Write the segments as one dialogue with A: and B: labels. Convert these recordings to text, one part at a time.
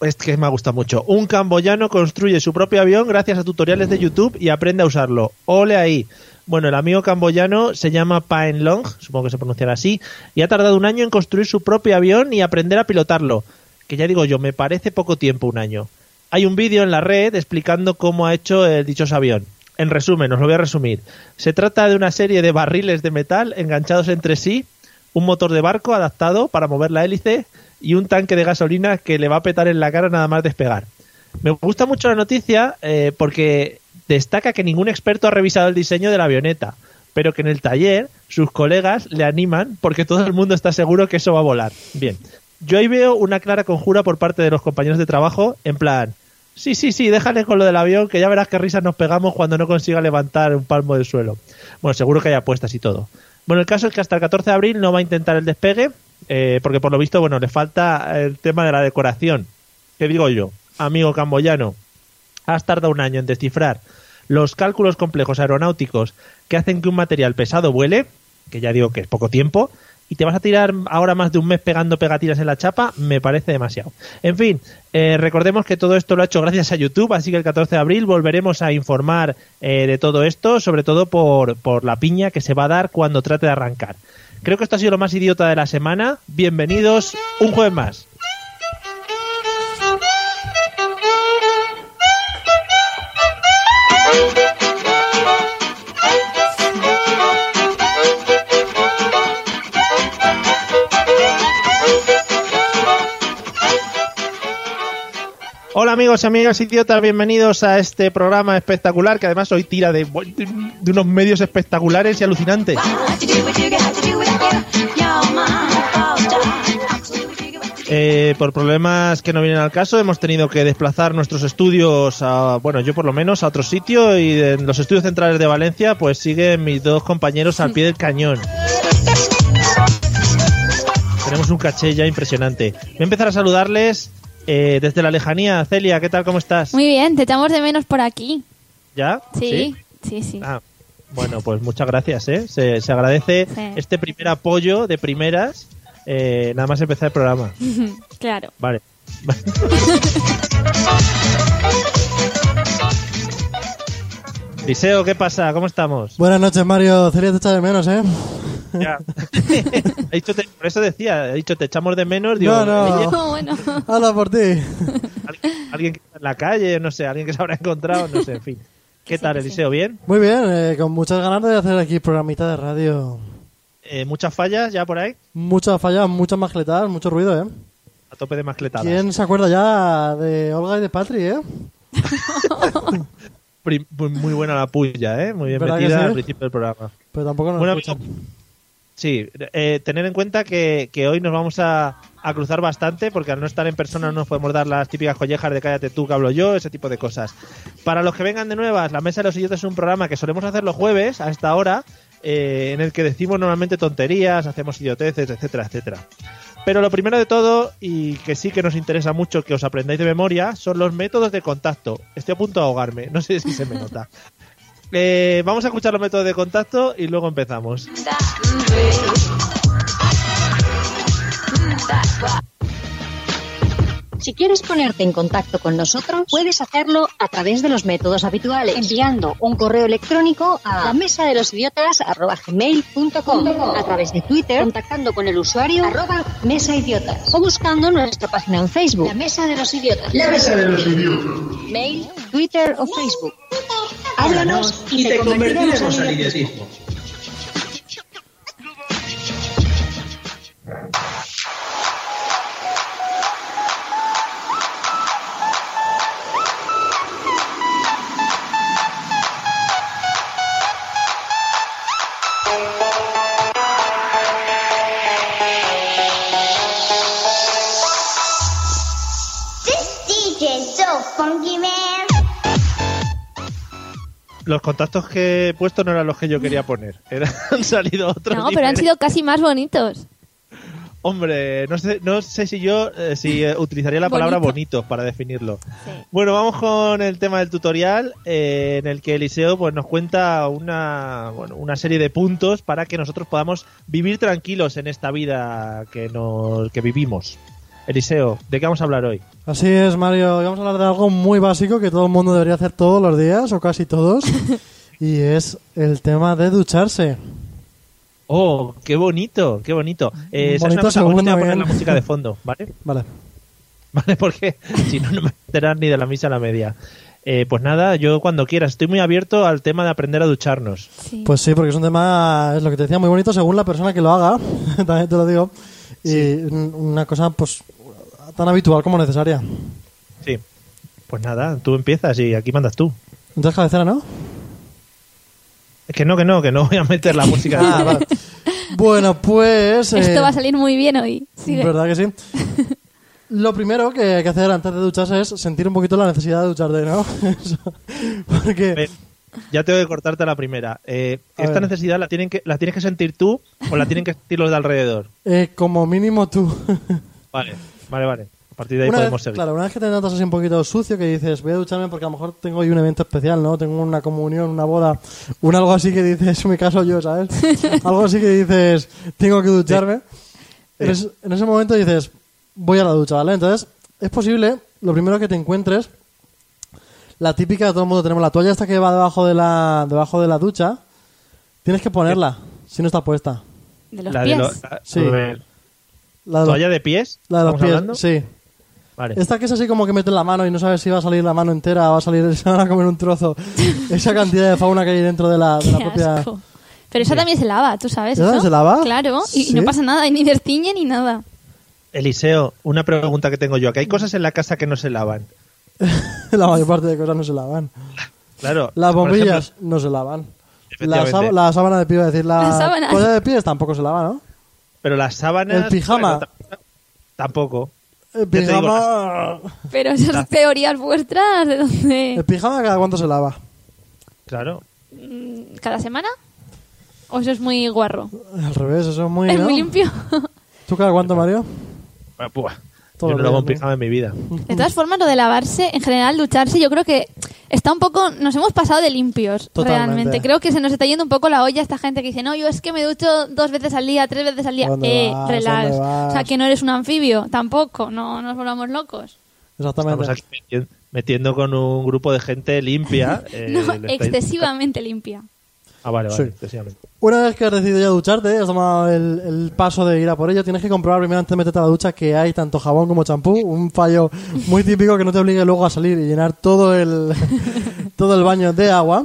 A: Es que me ha gustado mucho. Un camboyano construye su propio avión gracias a tutoriales de YouTube y aprende a usarlo. Ole ahí. Bueno, el amigo camboyano se llama Paen Long, supongo que se pronunciará así, y ha tardado un año en construir su propio avión y aprender a pilotarlo. Que ya digo yo, me parece poco tiempo un año. Hay un vídeo en la red explicando cómo ha hecho el dichoso avión. En resumen, os lo voy a resumir. Se trata de una serie de barriles de metal enganchados entre sí, un motor de barco adaptado para mover la hélice y un tanque de gasolina que le va a petar en la cara nada más despegar. Me gusta mucho la noticia eh, porque destaca que ningún experto ha revisado el diseño de la avioneta, pero que en el taller sus colegas le animan porque todo el mundo está seguro que eso va a volar. Bien, yo ahí veo una clara conjura por parte de los compañeros de trabajo en plan, sí, sí, sí, déjale con lo del avión que ya verás qué risas nos pegamos cuando no consiga levantar un palmo del suelo. Bueno, seguro que hay apuestas y todo. Bueno, el caso es que hasta el 14 de abril no va a intentar el despegue, eh, porque por lo visto, bueno, le falta el tema de la decoración. ¿Qué digo yo? Amigo camboyano, has tardado un año en descifrar los cálculos complejos aeronáuticos que hacen que un material pesado vuele, que ya digo que es poco tiempo, y te vas a tirar ahora más de un mes pegando pegatinas en la chapa, me parece demasiado. En fin, eh, recordemos que todo esto lo ha hecho gracias a YouTube, así que el 14 de abril volveremos a informar eh, de todo esto, sobre todo por, por la piña que se va a dar cuando trate de arrancar. Creo que esto ha sido lo más idiota de la semana. Bienvenidos un jueves más. Hola amigos y amigas idiotas, bienvenidos a este programa espectacular que además hoy tira de, de unos medios espectaculares y alucinantes. Eh, por problemas que no vienen al caso, hemos tenido que desplazar nuestros estudios a, bueno, yo por lo menos, a otro sitio y en los estudios centrales de Valencia pues siguen mis dos compañeros al pie del cañón. Tenemos un caché ya impresionante. Voy a empezar a saludarles eh, desde la lejanía. Celia, ¿qué tal? ¿Cómo estás?
B: Muy bien, te echamos de menos por aquí.
A: ¿Ya?
B: Sí, sí, sí.
A: Ah, bueno, pues muchas gracias, ¿eh? Se, se agradece
B: Sí.
A: este primer apoyo de primeras, eh, nada más empezar el programa.
B: Claro.
A: Vale. Liceo, ¿qué pasa? ¿Cómo estamos?
C: Buenas noches, Mario. Celia te echa de menos, ¿eh?
A: Ya. He dicho te- por eso decía, he dicho, te echamos de menos. Digo,
C: No, no.
A: oye,
B: No, bueno.
C: Habla por ti.
A: alguien, alguien que está en la calle, no sé, alguien que se habrá encontrado, no sé, en fin. ¿Qué
B: sí,
A: tal,
B: que sí.
A: Eliseo? ¿Bien?
C: Muy bien, eh, con muchas ganas de hacer aquí programita de radio.
A: Eh, ¿Muchas fallas ya por ahí?
C: Muchas fallas, muchas majletadas, mucho ruido, ¿eh?
A: A tope de mascletadas.
C: ¿Quién se acuerda ya de Olga y de Patri, eh?
A: Pri- Muy muy buena la puya, ¿eh? Muy bien
C: ¿Verdad que
A: metida
C: sí?
A: al principio del programa.
C: Pero tampoco nos
A: Bueno,
C: escuchan.
A: amigo, sí, eh, tener en cuenta que, que hoy nos vamos a, a cruzar bastante porque al no estar en persona no nos podemos dar las típicas collejas de cállate tú que hablo yo, ese tipo de cosas. Para los que vengan de nuevas, La Mesa de los Idiotas es un programa que solemos hacer los jueves a esta hora eh, en el que decimos normalmente tonterías, hacemos idioteces, etcétera, etcétera. Pero lo primero de todo, y que sí que nos interesa mucho que os aprendáis de memoria, son los métodos de contacto. Estoy a punto de ahogarme, no sé si se me nota. Eh, vamos a escuchar los métodos de contacto y luego empezamos.
D: Si quieres ponerte en contacto con nosotros, puedes hacerlo a través de los métodos habituales, enviando un correo electrónico a la mesa de los idiotas a través de Twitter, contactando con el usuario arroba mesa idiotas o buscando nuestra página en Facebook, la mesa de los idiotas. La mesa de los idiotas. Mail, Twitter o Facebook. Háblanos y, te, convertiremos en idiotismo.
E: Thank
A: Los contactos que he puesto no eran los que yo quería poner. Eran, han salido otros.
B: No, pero han
A: diferentes.
B: sido casi más bonitos.
A: Hombre, no sé, no sé si yo eh, si eh, utilizaría la palabra bonito para definirlo. Bueno, vamos con el tema del tutorial, eh, en el que Eliseo pues, nos cuenta una, bueno, una serie de puntos para que nosotros podamos vivir tranquilos en esta vida que, nos, que vivimos. Eliseo, ¿de qué vamos a hablar hoy?
C: Así es, Mario. Hoy Vamos a hablar de algo muy básico que todo el mundo debería hacer todos los días, o casi todos, y es el tema de ducharse.
A: Oh, qué bonito, qué bonito. Eh, esa es una
C: Bonito
A: cosa bonita
C: segundo,
A: de poner
C: bien.
A: la música de fondo, ¿vale?
C: Vale.
A: ¿Vale? Porque si no, no me enteran ni de la misa a la media. Eh, pues nada, yo cuando quieras. Estoy muy abierto al tema de aprender a ducharnos.
B: Sí.
C: Pues sí, porque es un tema, es lo que te decía, muy bonito según la persona que lo haga, también te lo digo. Y un- una cosa, pues, tan habitual como necesaria.
A: Sí. Pues nada, tú empiezas y aquí mandas tú.
C: Entonces, cabecera, ¿no?
A: Es que no, que no, que no voy a meter la música.
C: Ah, vale. Bueno, pues...
B: Esto
C: eh,
B: va a salir muy bien hoy. Sigue.
C: ¿Verdad que sí? Lo primero que hay que hacer antes de ducharse es sentir un poquito la necesidad de ducharte, ¿no? Eso. Porque...
A: Ven, Eh, ya tengo que cortarte la primera. Eh,
C: A
A: esta
C: ver.
A: necesidad la, tienen que, la tienes que sentir tú o la tienen que sentir los de alrededor.
C: Eh, como mínimo tú.
A: Vale, vale, vale. A partir de ahí
C: Una
A: podemos
C: vez-
A: seguir.
C: claro, una vez que te notas así un poquito sucio, que dices, voy a ducharme porque a lo mejor tengo hoy un evento especial, ¿no? Tengo una comunión, una boda, un algo así que dices, me caso yo, ¿sabes? algo así que dices, tengo que ducharme. En, es- en ese momento dices, voy a la ducha, ¿vale? Entonces, es posible, lo primero que te encuentres, la típica, todo el mundo tenemos la toalla esta que va debajo de la, debajo de la ducha, tienes que ponerla, si no está puesta.
B: De los
A: La de
B: pies.
A: lo- la-
C: Sí.
A: eh,
C: La de los,
A: ¿Toalla de pies?
C: la de los
A: ¿Estamos
C: pies,
A: hablando?
C: sí.
A: Vale.
C: Esta que es así como que mete la mano y no sabes si va a salir la mano entera o va a salir, se van a comer un trozo. Esa cantidad de fauna que hay dentro de la, de
B: Qué
C: la propia.
B: asco. Pero esa también se lava, ¿tú sabes?
C: ¿Esa
B: eso?
C: se lava?
B: Claro, y
C: Sí.
B: no pasa nada, y ni destiñe ni nada.
A: Eliseo, una pregunta que tengo yo. Aquí hay cosas en la casa que no se lavan.
C: La mayor parte de cosas no se lavan.
A: Claro.
C: Las
A: por ejemplo,
C: bombillas no se lavan. La,
A: Efectivamente.
C: sá- la sábana de pies, es decir,
B: Las
C: la
B: sábanas.
C: toalla de pies tampoco se lava, ¿no?
A: pero las sábanas.
C: El pijama.
A: bueno, tam- tampoco.
C: El
A: te digo,
C: pijama.
B: Pero esas
C: Ah.
B: teorías vuestras, ¿de
C: El
B: dónde?
C: pijama cada cuánto se lava.
A: Claro.
C: Eh.
B: ¿Cada semana? ¿O eso es muy guarro?
C: Al revés, eso es muy.
B: ¿Es
C: ¿no?
B: muy limpio?
C: ¿Tú cada cuánto, Mario?
A: Bueno, buah,
C: Todo
A: yo
C: el
A: no lavo un
C: día, ¿no?
A: pijama en mi vida.
B: De todas formas, lo de lavarse, en general, ducharse, yo creo que está un poco. Nos hemos pasado de limpios,
C: Totalmente.
B: realmente. Creo que se nos está yendo un poco la olla esta gente que dice, no, yo es que me ducho dos veces al día, tres veces al día.
C: ¿Dónde
B: Eh,
C: vas?
B: relax.
C: ¿Dónde vas?
B: O sea, que no eres un anfibio, tampoco. No nos volvamos locos.
A: Estamos
C: Exactamente.
A: aquí meti- metiendo con un grupo de gente limpia. eh,
B: no,
A: le estáis-
B: excesivamente limpia.
A: Ah, vale, vale.
C: Sí.
A: excesivamente.
C: Una vez que has decidido ya ducharte, has tomado el, el paso de ir a por ello, tienes que comprobar primero antes de meterte a la ducha que hay tanto jabón como champú, un fallo muy típico que no te obligue luego a salir y llenar todo el todo el baño de agua.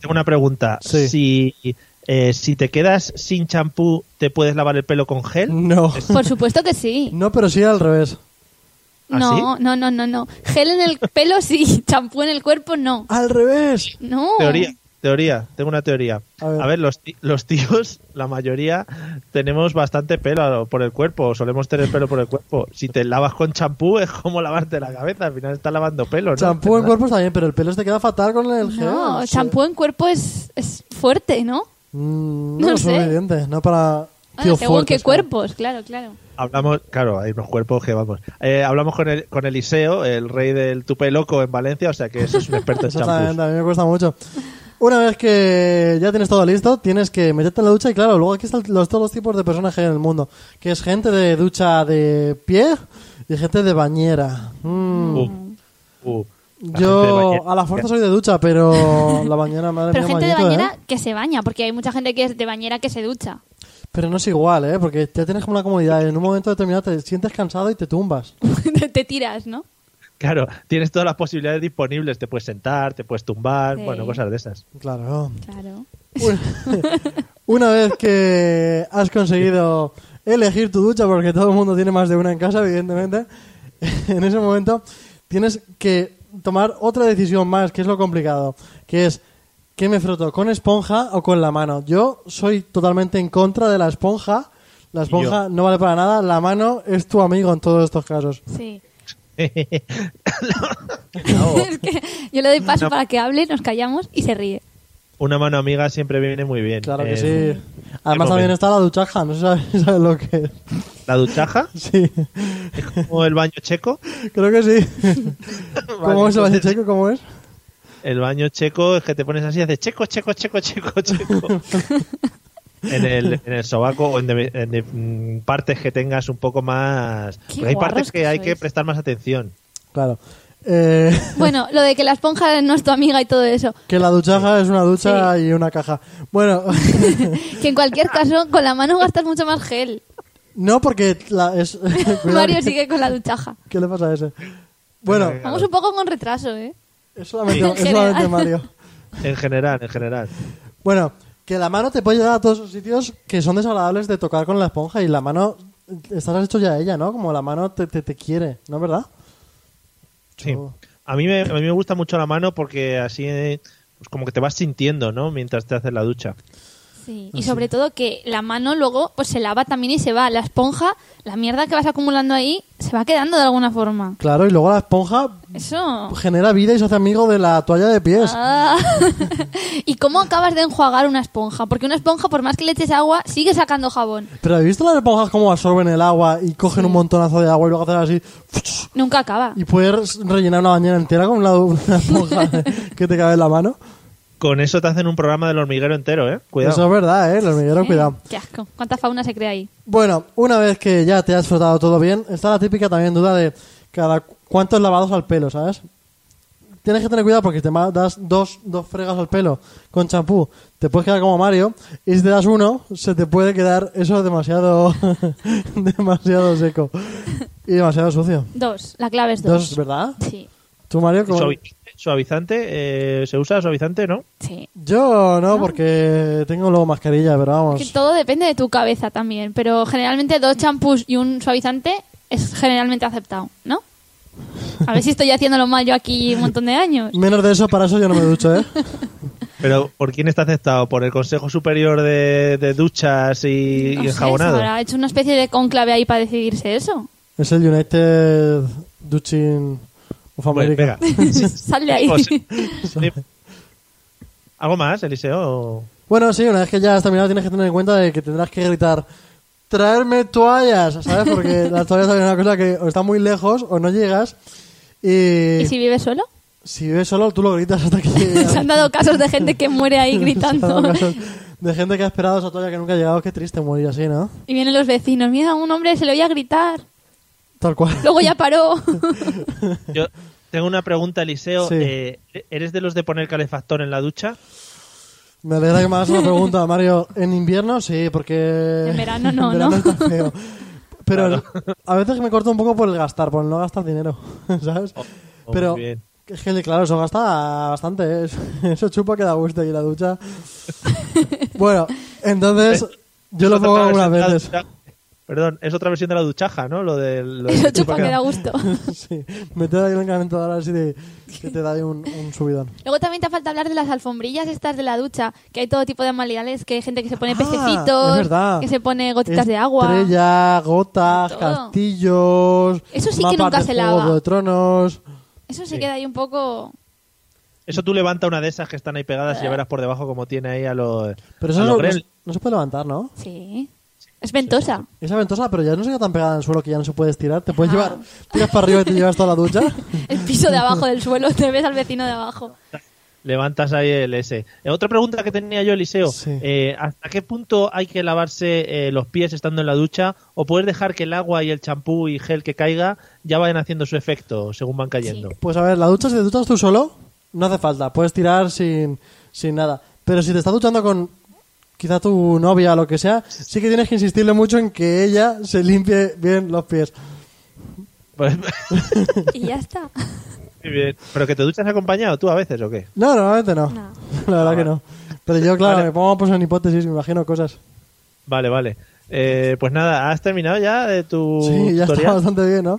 A: Tengo una pregunta.
C: Sí.
A: Si, eh, si te quedas sin champú, ¿te puedes lavar el pelo con gel?
C: No,
B: Por supuesto que sí.
C: no, pero sí al revés.
A: ¿Ah,
B: No, no, no, no, no. Gel en el pelo sí, champú en el cuerpo no.
C: Al revés.
B: No.
A: Teoría, teoría. Tengo una teoría.
C: A
A: A
C: ver.
A: ver, los, ti- los tíos, la mayoría, tenemos bastante pelo por el cuerpo. Solemos tener pelo por el cuerpo. Si te lavas con champú, es como lavarte la cabeza. Al final estás lavando pelo, ¿no?
C: Champú en cuerpo está bien, pero el pelo se te queda fatal con el gel.
B: No,
C: Sí.
B: champú en cuerpo es, es fuerte, ¿no?
C: Mm,
B: no
C: no, es
B: sé.
C: suficiente, no para
B: Ah,
C: tíos
B: según
C: fuertes,
B: qué cuerpos, claro, claro.
A: Hablamos, claro, hay unos cuerpos que vamos. Eh, hablamos con, el, con Eliseo, el rey del tupé loco en Valencia, o sea que eso es un experto en
C: Exactamente,
A: champús.
C: a mí me cuesta mucho. Una vez que ya tienes todo listo, tienes que meterte en la ducha y claro, luego aquí están los, todos los tipos de personas que hay en el mundo, que es gente de ducha de pie y gente de bañera. Mm,
A: Uh, uh, la gente de
C: yo
A: bañera.
C: a la fuerza soy de ducha, pero la bañera, madre
B: Pero
C: mía,
B: gente de
C: bañito, ¿eh?
B: bañera que se baña, porque hay mucha gente que es de bañera que se ducha.
C: Pero no es igual, ¿eh? Porque ya tienes como una comodidad, en un momento determinado te sientes cansado y te tumbas.
B: Te- te tiras, ¿no?
A: Claro, tienes todas las posibilidades disponibles. Te puedes sentar, te puedes tumbar,
B: Sí.
A: bueno, cosas de esas.
C: Claro.
B: Claro.
C: Una vez que has conseguido elegir tu ducha, porque todo el mundo tiene más de una en casa, evidentemente, en ese momento tienes que tomar otra decisión más, que es lo complicado, que es ¿qué me froto? ¿Con esponja o con la mano? Yo soy totalmente en contra de la esponja. La esponja no vale para nada, la mano es tu amigo en todos estos casos.
B: Sí. Es que yo le doy paso para que hable, nos callamos y se ríe.
A: Una mano amiga siempre viene muy bien.
C: Claro que
A: Eh,
C: sí.
A: momento.
C: Además también está la duchaja, no sé si sabes, sabes lo que es.
A: La duchaja
C: Sí,
A: es como el baño checo.
C: creo que sí. ¿Cómo
A: Vale,
C: es el baño
A: entonces,
C: checo? ¿Cómo es?
A: El baño checo es que te pones así y haces checo, checo, checo, checo, checo. en, el, en el sobaco o en, de- en de- mm, partes que tengas un poco más. Porque hay
B: guarros
A: partes que,
B: que
A: hay que
B: sois.
A: prestar más atención.
C: Claro. Eh,
B: Bueno, lo de que la esponja no es tu amiga y todo eso.
C: que la duchaja es una ducha y una caja. Bueno,
B: Que en cualquier caso, con la mano gastas mucho más gel.
C: no porque la, es... cuidado,
B: Mario
C: que-
B: sigue con la duchaja.
C: ¿Qué le pasa a ese? Bueno,
B: Vamos un poco con retraso, ¿eh?
C: es solamente,
B: Sí.
C: es solamente Mario.
A: En general, en general.
C: Bueno, que la mano te puede llegar a todos esos sitios que son desagradables de tocar con la esponja y la mano... Estás hecho ya a ella, ¿no? Como la mano te, te, te quiere, ¿no es verdad?
A: Sí.
C: Oh.
A: A mí, me, a mí me gusta mucho la mano porque así eh, pues como que te vas sintiendo, ¿no? Mientras te haces la ducha.
B: Sí. Y sobre todo que la mano luego pues se lava también y se va. La esponja, la mierda que vas acumulando ahí, se va quedando de alguna forma.
C: Claro, y luego la esponja
B: Eso.
C: genera vida y se hace amigo de la toalla de pies.
B: Ah. ¿Y cómo acabas de enjuagar una esponja? Porque una esponja, por más que le eches agua, sigue sacando jabón.
C: Pero ¿has visto las esponjas cómo absorben el agua y cogen un montonazo de agua y luego hacen así
B: Nunca acaba.
C: y puedes rellenar una bañera entera con una, una esponja que te cabe en la mano?
A: Con eso te hacen un programa del hormiguero entero, ¿eh? Cuidado.
C: Eso es verdad, ¿eh? El hormiguero,
B: Eh,
C: cuidado.
B: Qué asco. ¿Cuánta fauna se crea ahí?
C: Bueno, una vez que ya te has frotado todo bien, está la típica también duda de cada cu- cuántos lavados al pelo, ¿sabes? Tienes que tener cuidado porque si te ma- das dos, dos fregas al pelo con champú, te puedes quedar como Mario, y si te das uno, se te puede quedar eso demasiado, demasiado seco y demasiado sucio.
B: Dos. La clave es
C: Dos,
B: dos.
C: ¿verdad?
B: Sí.
C: ¿Tú, Mario? cómo-
A: Suavizante, suavizante, eh, ¿se usa suavizante, no?
B: Sí.
C: Yo no, porque tengo luego mascarilla, pero
B: Que
C: vamos.
B: todo depende de tu cabeza también, pero generalmente dos champús y un suavizante es generalmente aceptado, ¿no? A ver si estoy haciéndolo mal yo aquí un montón de años.
C: Menos de eso, para eso yo no me ducho, ¿eh?
A: Pero ¿por quién está aceptado? ¿Por el Consejo Superior de, de Duchas y,
B: No
A: y
B: sé,
A: Enjabonado?
B: se habrá hecho una especie de conclave ahí para decidirse eso.
C: Es el United Duching of
A: Bueno,
C: America.
A: Pues venga. Sí, sí.
B: Sal de ahí.
A: José. Pues Sí. ¿Algo más, Eliseo?
C: Bueno, sí, una vez que ya has terminado tienes que tener en cuenta de que tendrás que gritar traerme toallas, ¿sabes? Porque las toallas también es una cosa que o está muy lejos o no llegas y,
B: ¿Y si vive solo?
C: si ves solo tú lo gritas hasta que llegas.
B: Se han dado casos de gente que muere ahí gritando.
C: De gente que ha esperado esa toalla que nunca ha llegado, qué triste morir así, ¿no?
B: Y vienen los vecinos, mira, un hombre se le oía gritar.
C: Tal cual.
B: Luego ya paró.
A: Yo tengo una pregunta, Eliseo.
C: Sí.
A: Eh, ¿Eres de los de poner calefactor en la ducha?
C: Me alegra que me hagas una pregunta, Mario. ¿En invierno? Sí, porque...
B: En verano no,
C: en verano
B: ¿no?
C: está feo. Pero a veces me corto un poco por el gastar, por el no gastar dinero, ¿sabes?
A: oh,
C: Pero
A: muy bien.
C: es que, claro, eso gasta bastante, ¿eh? Eso chupa que da gusto y la ducha... bueno, entonces yo lo
A: Es otra
C: pongo algunas
A: versión de la
C: veces.
A: ducha- Perdón, es otra versión de la duchaja, ¿no? Lo del... lo del
B: Eso
A: chupa
B: chupa que da gusto.
C: sí, meter ahí en el calentador así de, que te da ahí un, un subidón.
B: Luego también te falta hablar de las alfombrillas estas de la ducha, que hay todo tipo de manualidades, que hay gente que se pone
C: Ah, es verdad.
B: pececitos, que se pone gotitas de agua.
C: Estrella, gotas,
B: Todo.
C: castillos...
B: Eso sí que
C: mapas
B: nunca
C: de
B: se
C: Juego
B: lava.
C: de tronos...
B: Eso se queda ahí un poco...
A: Eso tú levanta una de esas que están ahí pegadas y ya verás por debajo como tiene ahí a los...
C: Pero eso
A: a
C: no,
A: los
C: no-
A: Gremlins.
C: no se puede levantar, ¿no?
B: Sí. Es ventosa.
C: Esa ventosa, pero ya no se queda tan pegada en el suelo que ya no se puede estirar. Te puedes llevar, tiras para arriba y te llevas toda la ducha.
B: El piso de abajo del suelo, te ves al vecino de abajo.
A: Levantas ahí el S. Eh, otra pregunta que tenía yo, Eliseo.
C: Sí.
A: Eh, ¿Hasta qué punto hay que lavarse eh, los pies estando en la ducha? ¿O puedes dejar que el agua y el champú y gel que caiga ya vayan haciendo su efecto según van cayendo?
C: Pues a ver, la ducha, si te duchas tú solo, no hace falta. Puedes tirar sin, sin nada. Pero si te estás duchando con quizá tu novia o lo que sea, sí que tienes que insistirle mucho en que ella se limpie bien los pies.
A: Pues-
B: Y ya está.
A: muy bien. ¿Pero que te duchas acompañado tú a veces o qué?
C: No, normalmente no. La verdad que no. Pero yo, claro, me pongo pues, en hipótesis, me imagino cosas.
A: Vale, vale. Eh, pues nada, ¿has terminado ya de tu
C: Sí, ya está
A: tutorial?
C: bastante bien, ¿no?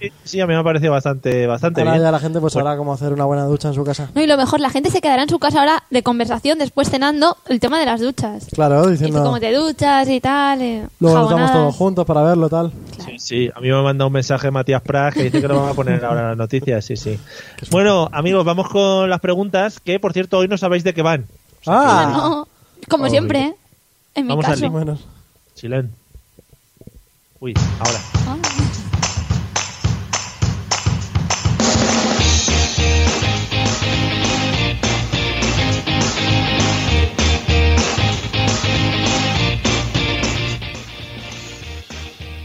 A: Sí, sí, a mí me ha parecido bastante, bastante
C: Ahora
A: bien.
C: ya la gente pues sabrá cómo hacer una buena ducha en su casa.
B: No, y lo mejor, la gente se quedará en su casa ahora de conversación, después cenando, el tema de las duchas.
C: Claro,
B: Y tú
C: diciendo...
B: cómo te duchas y tal. y
C: Luego nos damos
B: jabonadas.
C: todos juntos para verlo, tal.
A: Sí, sí, a mí me ha mandado un mensaje Matías Pras que dice que lo van a poner ahora en las noticias, sí, sí. Bueno, amigos, vamos con las preguntas, que por cierto hoy no sabéis de qué van.
C: ¡Ah!
B: No, como
A: Horrible.
B: siempre, ¿eh? En mi
A: Vamos al
B: caso.
A: link.
C: Bueno,
A: Chilen. Uy, ahora.
B: Ah.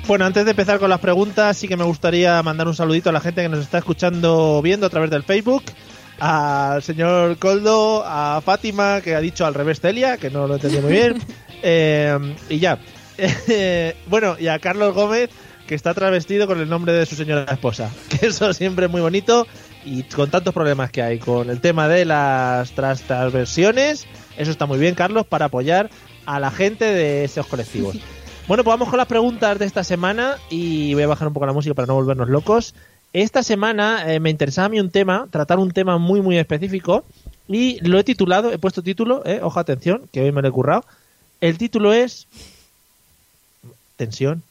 A: Bueno, antes de empezar con las preguntas, sí que me gustaría mandar un saludito a la gente que nos está escuchando o viendo a través del Facebook. Al señor Coldo, a Fátima, que ha dicho al revés Celia, que no lo entendí muy bien. Eh, y ya. Eh, bueno, y a Carlos Gómez, que está travestido con el nombre de su señora esposa. Que eso siempre es muy bonito. Y con tantos problemas que hay con el tema de las tras- transversiones, eso está muy bien, Carlos, para apoyar a la gente de esos colectivos. Bueno, pues vamos con las preguntas de esta semana y voy a bajar un poco la música para no volvernos locos. Esta semana eh, me interesaba a mí un tema, tratar un tema muy muy específico y lo he titulado, he puesto título, eh, ojo atención, que hoy me lo he currado. El título es... Tensión.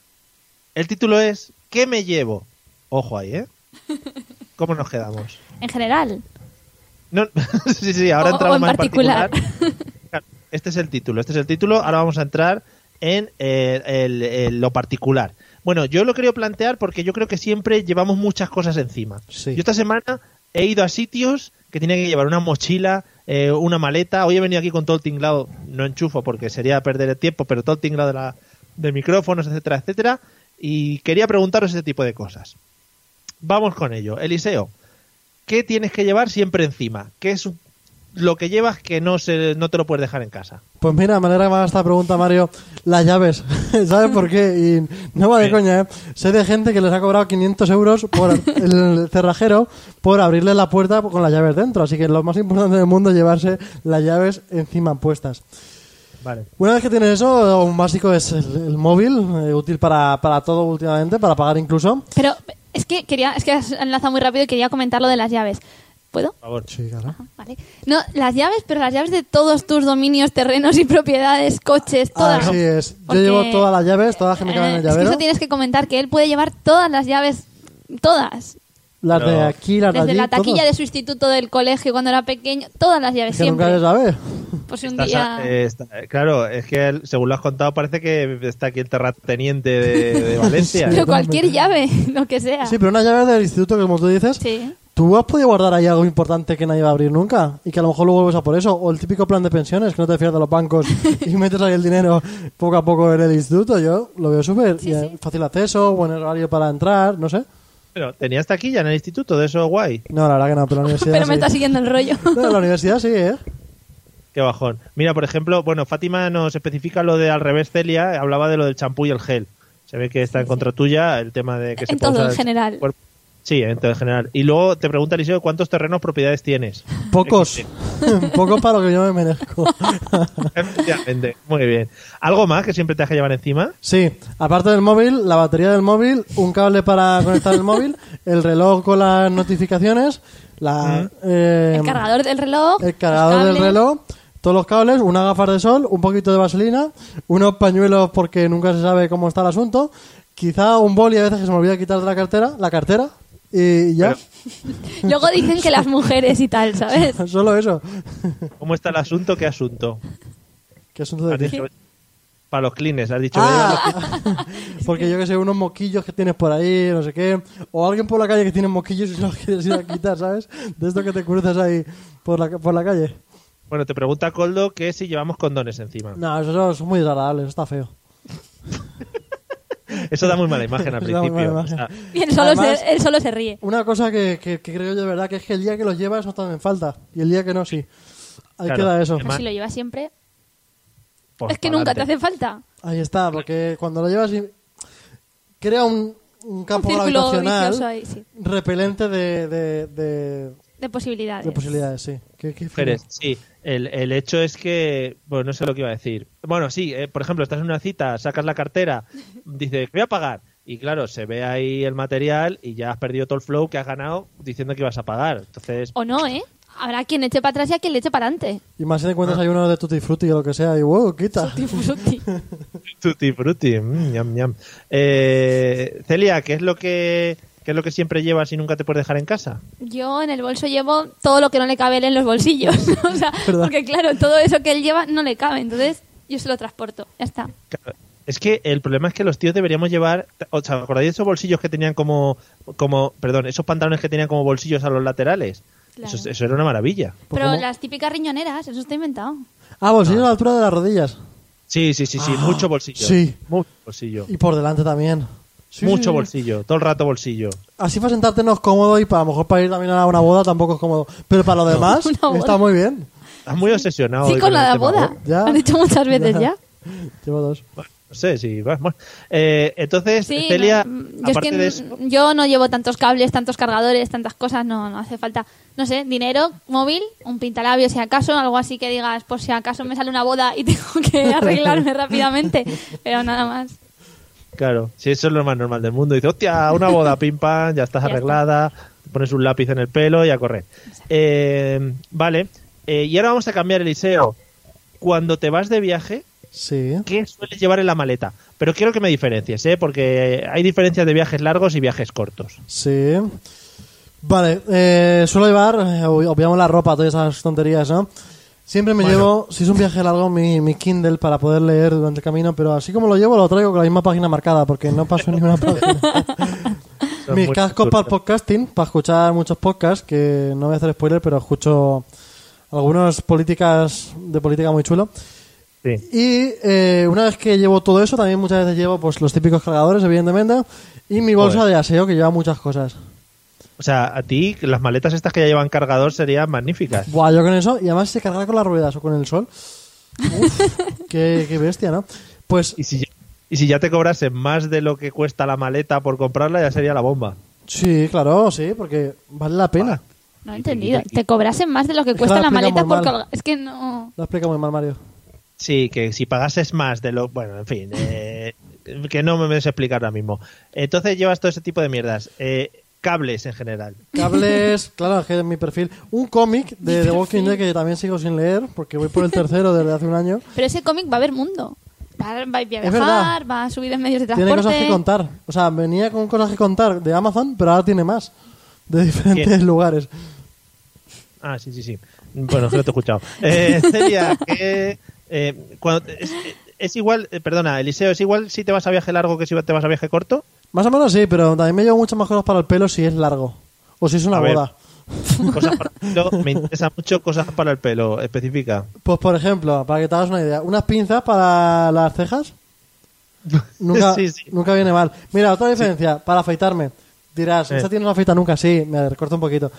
A: El título es ¿Qué me llevo? Ojo ahí, ¿eh? ¿Cómo nos quedamos?
B: En general.
A: No, sí, sí,
B: O-
A: ahora
B: o
A: entramos
B: en
A: más en particular.
B: particular.
A: Claro, Este es el título, este es el título. Ahora vamos a entrar en eh, el- el- lo particular. Bueno, yo lo quería plantear porque yo creo que siempre llevamos muchas cosas encima.
C: Sí.
A: Yo esta semana he ido a sitios que tenía que llevar una mochila, eh, una maleta. Hoy he venido aquí con todo el tinglado, no enchufo porque sería perder el tiempo, pero todo el tinglado de, la- de micrófonos, etcétera, etcétera. Y quería preguntaros ese tipo de cosas. Vamos con ello. Eliseo, ¿qué tienes que llevar siempre encima? ¿Qué es lo que llevas que no, se, no te lo puedes dejar en casa?
C: Pues mira, me alegra que me hagas esta pregunta, Mario. Las llaves. ¿Sabes por qué? Y no va de
A: Sí.
C: coña, ¿eh? Sé de gente que les ha cobrado 500 euros por el cerrajero por abrirle la puerta con las llaves dentro. Así que lo más importante del mundo es llevarse las llaves encima puestas.
A: Vale.
C: Una vez que tienes eso, un básico es el, el móvil, eh, útil para, para todo últimamente, para pagar incluso.
B: Pero es que quería, es que has enlazado muy rápido y quería comentar lo de las llaves. ¿Puedo?
A: Por favor.
C: Sí, claro.
B: Vale. No, las llaves, pero las llaves de todos tus dominios, terrenos y propiedades, coches, todas.
C: Así Ah, es. Yo
B: Porque,
C: llevo todas las llaves, todas las que me caben
B: eh,
C: en el
B: es que
C: llavero.
B: eso tienes que comentar, que él puede llevar todas las llaves, todas.
C: Las de
A: No.
C: aquí, las de
B: Desde
C: allí,
B: la taquilla
C: todas.
B: de su instituto del colegio cuando era pequeño, todas las llaves,
C: Que nunca
B: siempre.
C: se sabe.
B: Por si un
A: Estás
B: día...
A: a- eh, está- eh, claro, es que él, según lo has contado parece que está aquí el terrateniente de, de Valencia.
B: Pero
C: Sí.
B: cualquier llave, lo que sea.
C: Sí, pero una llave del instituto, que como tú dices,
B: Sí.
C: ¿Tú has podido guardar ahí algo importante que nadie va a abrir nunca? Y que a lo mejor luego vuelves a por eso. O el típico plan de pensiones, que no te fías de los bancos y metes ahí el dinero poco a poco en el instituto. Yo lo veo súper. Y, eh, Fácil acceso, buen horario para entrar, no sé.
A: Pero, ¿Tenías taquilla en el instituto? De eso guay.
C: No, la verdad que no, pero la universidad
B: Pero
C: sí.
B: me está siguiendo el rollo.
C: No, la universidad sí, ¿eh?
A: Qué bajón. Mira, por ejemplo, bueno, Fátima nos especifica lo de al revés Celia, hablaba de lo del champú y el gel. Se ve que está en contra tuya el tema de que se
B: En
A: puede
B: todo,
A: usar
B: en
A: el
B: general.
A: cuerpo. Sí, en todo en general. Y luego te pregunta Eliseo cuántos terrenos propiedades tienes.
C: Pocos. Pocos para lo que yo me merezco.
A: Efectivamente. Muy bien. ¿Algo más que siempre te has que llevar encima?
C: Sí, aparte del móvil, la batería del móvil, un cable para conectar el móvil, el reloj con las notificaciones, la... eh,
B: Mm. El cargador del reloj.
C: El cargador
B: los
C: del
B: cables.
C: reloj, todos los cables, unas gafas de sol, un poquito de vaselina, unos pañuelos porque nunca se sabe cómo está el asunto, quizá un boli a veces que se me olvida quitar de la cartera, la cartera, y ya,
B: Luego dicen que las mujeres y tal, ¿sabes?
C: solo eso.
A: ¿Cómo está el asunto? ¿Qué asunto?
C: ¿Qué asunto
A: Has
C: de
A: dicho- para los clines, has dicho.
C: Pues Ah, porque yo que sé, unos moquillos que tienes por ahí, no sé qué, o alguien por la calle que tiene moquillos y los quieres ir a quitar, ¿sabes? De esto que te cruzas ahí por la, por la calle.
A: Bueno, te pregunta Coldo que si llevamos condones encima.
C: No, eso es muy desagradable, eso está feo.
A: Eso da muy mala imagen al
C: Eso da muy
A: principio.
C: mala
A: O sea,
B: Y él solo,
C: Además-
B: se, él solo se ríe.
C: Una cosa que, que- que creo yo de verdad que es que el día que los llevas no te hacen falta y el día que no sí. Ahí
A: Claro.
C: queda eso.
B: Pero si lo llevas siempre,
A: por
B: es que nunca te
A: pa'lante.
B: hace falta.
C: Ahí está, porque cuando lo llevas y- crea un, un campo
B: Un círculo vicioso
C: gravitacional
B: ahí, sí.
C: repelente de, de, de-
B: De posibilidades.
C: de posibilidades, sí. Qué- qué fino.
A: Mujeres, sí. El, el hecho es que, bueno, no sé lo que iba a decir. Bueno, sí, eh, por ejemplo, estás en una cita, sacas la cartera, dices, voy a pagar. Y claro, se ve ahí el material y ya has perdido todo el flow que has ganado diciendo que ibas a pagar. Entonces,
B: O no, ¿eh? Habrá quien eche para atrás y a quien le eche para adelante.
C: Y más si te encuentras ahí uno de Tutti Frutti o lo que sea, y wow, quita.
B: Tutti frutti.
A: tutti frutti, mm, ñam, ñam. Eh, Celia, ¿qué es lo que qué es lo que siempre llevas y nunca te puedes dejar en casa?
B: Yo en el bolso llevo todo lo que no le cabe a él en los bolsillos. o sea,
C: ¿Verdad?
B: porque claro, todo eso que él lleva no le cabe. Entonces yo se lo transporto. Ya está.
A: Claro, Es que el problema es que los tíos deberíamos llevar, o sea, ¿acordáis de esos bolsillos que tenían como, como, perdón, esos pantalones que tenían como bolsillos a los laterales?
B: Claro.
A: Eso, eso era una maravilla.
B: Pero
C: ¿cómo?
B: las típicas riñoneras, eso está inventado.
C: Ah, bolsillo a la altura de las rodillas.
A: Sí, sí, sí, sí, mucho bolsillo.
C: Ah, sí.
A: Mucho bolsillo.
C: Y por delante también. Sí, sí,
A: mucho
C: sí.
A: bolsillo, todo el rato bolsillo.
C: Así para sentarte no es cómodo y para a lo mejor para ir también a una boda tampoco es cómodo. Pero para lo demás
B: Una boda.
C: está muy bien.
A: Estás muy obsesionado.
B: sí,
A: hoy
B: con la
A: Ah, el
B: de la
A: tema
B: boda.
C: Ya.
B: Han dicho muchas veces ya.
C: Llevo dos.
A: Bueno, no sé si vas. bueno. Eh, entonces,
B: Sí,
A: Celia,
B: no, mm, yo, es
A: aparte
B: que
A: de
B: n-
A: eso,
B: yo no llevo tantos cables, tantos cargadores, tantas cosas, no, no hace falta. No sé, dinero, móvil, un pintalabio si acaso, algo así que digas, por si acaso me sale una boda y tengo que arreglarme rápidamente, pero nada más.
A: claro, si eso es lo más normal del mundo, dices, hostia, una boda, pim pam, ya estás
B: Ya está.
A: arreglada, te pones un lápiz en el pelo y a correr. Eh, vale, Eh, y ahora vamos a cambiar, Eliseo. Cuando te vas de viaje,
C: Sí.
A: ¿qué sueles llevar en la maleta? Pero quiero que me diferencies, ¿eh? porque hay diferencias de viajes largos y viajes cortos.
C: Sí. Vale, eh, suelo llevar, eh, ob- obviamos la ropa, todas esas tonterías, ¿no? Siempre me llevo, si es un viaje largo, mi, mi Kindle para poder leer durante el camino, pero así como lo llevo, lo traigo con la misma página marcada, porque no paso ninguna página.
A: Son
C: Mis
A: muy
C: cascos para el
A: absurdos.
C: podcasting, para escuchar muchos podcasts, que no voy a hacer spoiler, pero escucho algunas políticas de política muy chulo.
A: Sí.
C: Y eh, una vez que llevo todo eso, también muchas veces llevo pues los típicos cargadores, evidentemente, y mi bolsa
A: Joder.
C: de aseo, que lleva muchas cosas.
A: O sea, a ti las maletas estas que ya llevan cargador serían magníficas.
C: Buah, yo con eso, y además se carga con las ruedas o con el sol. Uf, qué, qué bestia, ¿no? Pues
A: Y si ya, y si ya te cobrasen más de lo que cuesta la maleta por comprarla, ya sería la bomba.
C: sí, claro, sí, porque vale la pena.
B: No he entendido. Te cobrasen más de lo que cuesta
C: la
B: la maleta
C: explican muy
B: por
C: mal.
B: colgar. Es que no.
C: Lo explica muy mal, Mario.
A: Sí, que si pagases más de lo... Bueno, en fin, eh, que no me ves explicar ahora mismo. Entonces llevas todo ese tipo de mierdas. Eh, cables en general.
C: Cables, claro, es que es mi perfil. Un cómic de The Walking Dead que también sigo sin leer, porque voy por el tercero desde hace un año.
B: Pero ese cómic va a haber mundo. Va, va a viajar,
C: verdad.
B: va a subir en medios de
C: Tiene
B: transporte.
C: cosas que contar. O sea, venía con cosas que contar de Amazon, pero ahora tiene más. De diferentes
A: Bien.
C: lugares.
A: Ah, sí, sí, sí. Bueno, que no te he escuchado. Eh, Celia, que, eh, cuando- es, es igual, eh, perdona, Eliseo, ¿es igual si te vas a viaje largo que si te vas a viaje corto?
C: Más o menos sí, pero también me llevo muchas más cosas para el pelo si es largo. O si es una
A: A ver.
C: boda.
A: Cosas para el pelo, me interesa mucho cosas para el pelo, específica.
C: Pues por ejemplo, para que te hagas una idea, unas pinzas para las cejas nunca,
A: Sí, sí.
C: nunca viene mal. Mira, otra diferencia, para afeitarme. Dirás,
A: Eh.
C: ¿esta tiene una afeita nunca? Sí, me recorto un poquito.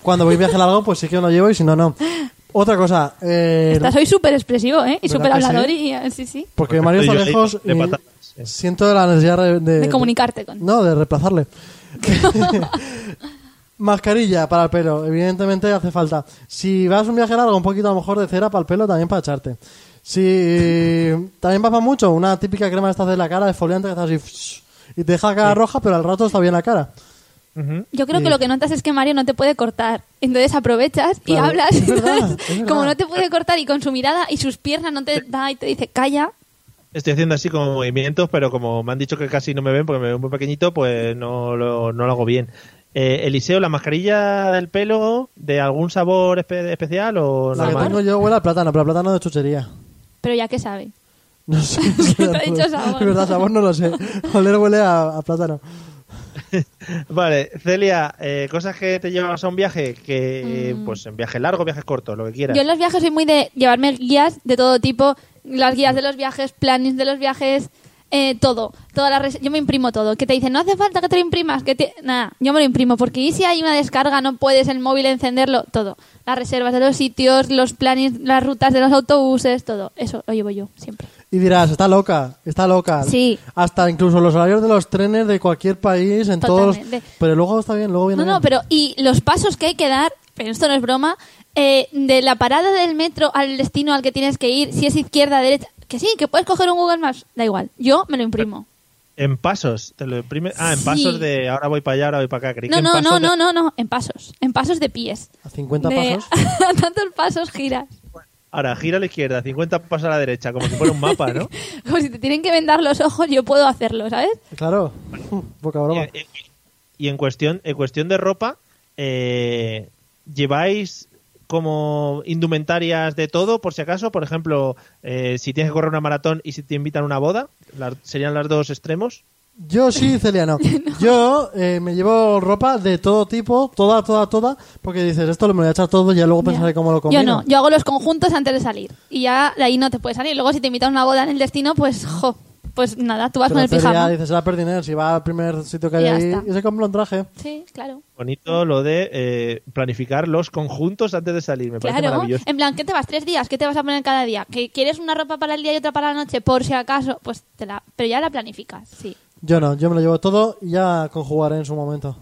C: Cuando voy viaje largo, pues sí que lo llevo y si no, no. Otra cosa, eh,
B: Estás hoy súper expresivo, ¿eh? Y
C: ¿Verdad
B: súper
C: que sí?
B: hablador y eh, sí, sí.
C: porque Mario está
A: Yo ahí
C: lejos
A: de
C: y
A: patatas, sí.
C: siento la necesidad de,
B: De comunicarte con.
C: Eh, No, de reemplazarle. Mascarilla para el pelo, evidentemente hace falta. Si vas un viaje largo, un poquito a lo mejor de cera para el pelo, también para echarte. Si también vas para mucho, una típica crema esta de la cara, exfoliante, que estás así y te deja la cara roja, pero al rato está bien la cara.
B: Yo creo que lo que notas es que Mario no te puede cortar. Entonces aprovechas y
C: Claro,
B: hablas.
C: es verdad,
B: Entonces,
C: es verdad.
B: como no te puede cortar y con su mirada y sus piernas no te da y te dice, calla.
A: Estoy haciendo así como movimientos, pero como me han dicho que casi no me ven porque me ven muy pequeñito, pues no lo, no lo hago bien. Eh, Eliseo, ¿la mascarilla del pelo de algún sabor espe- especial o
C: La
A: nada
C: que
A: más?
C: tengo yo huele a plátano, pero a plátano de chuchería.
B: Pero ya que sabe.
C: No sé.
B: Te ha dicho sabor.
C: Es verdad, sabor no lo sé. Oler huele a, a plátano.
A: Vale, Celia, eh, cosas que te llevas a un viaje, que pues en viaje largo, viajes cortos, lo que quieras.
B: Mm. Yo en los viajes soy muy de llevarme guías de todo tipo, las guías de los viajes, plannings de los viajes, eh, todo. Todas las res- yo me imprimo todo. Que te dicen, no hace falta que te lo imprimas, que te... Nada, yo me lo imprimo, porque ¿y si hay una descarga, no puedes el móvil encenderlo, todo. Las reservas de los sitios, los plannings, las rutas de los autobuses, todo. Eso lo llevo yo, siempre.
C: Y dirás, está loca, está loca.
B: Sí.
C: Hasta incluso los horarios de los trenes de cualquier país, en
B: Totalmente.
C: todos. Pero luego está bien, luego viene.
B: No, no,
C: bien.
B: pero y los pasos que hay que dar, pero esto no es broma, eh, de la parada del metro al destino al que tienes que ir, si es izquierda, derecha, que sí, que puedes coger un Google Maps, da igual, yo me lo imprimo.
A: En pasos, te lo imprime. Ah, en
B: Sí.
A: pasos de ahora voy para allá, ahora voy para acá. Creí que
B: No,
A: en
B: no,
A: pasos
B: no,
A: de-
B: no, no, no, en pasos, en pasos de pies.
C: A 50
B: De-
C: pasos.
B: a tantos pasos giras.
A: Ahora, gira a la izquierda, 50 pasos a la derecha, como si fuera un mapa, ¿no?
B: Como si te tienen que vendar los ojos, yo puedo hacerlo, ¿sabes?
C: Claro. Poca broma.
A: Y, y- y en cuestión, en cuestión de ropa, eh, ¿lleváis como indumentarias de todo, por si acaso? Por ejemplo, eh, si tienes que correr una maratón y si te invitan a una boda, las- ¿serían los dos extremos?
C: Yo sí, Celia, no. Yo eh, me llevo ropa de todo tipo, toda, toda, toda, porque dices, esto lo me voy a echar todo y ya luego pensaré
B: Ya.
C: cómo lo combino.
B: Yo no, yo hago los conjuntos antes de salir. Y ya de ahí no te puedes salir. Luego si te invitan a una boda en el destino, pues jo, pues nada, tú vas
C: Pero
B: con el
C: Celia
B: pijama.
C: dices, será pertinente, si va al primer sitio que hay
B: Ya
C: ahí
B: está.
C: y se compra un traje.
B: Sí, claro.
A: Bonito
B: Mm.
A: lo de eh, planificar los conjuntos antes de salir, me parece
B: Claro,
A: maravilloso.
B: en plan, ¿qué te vas? ¿Tres días? ¿Qué te vas a poner cada día? ¿Que quieres una ropa para el día y otra para la noche? Por si acaso, pues te la... Pero ya la planificas, sí.
C: Yo no, yo me lo llevo todo y ya conjugaré en su momento.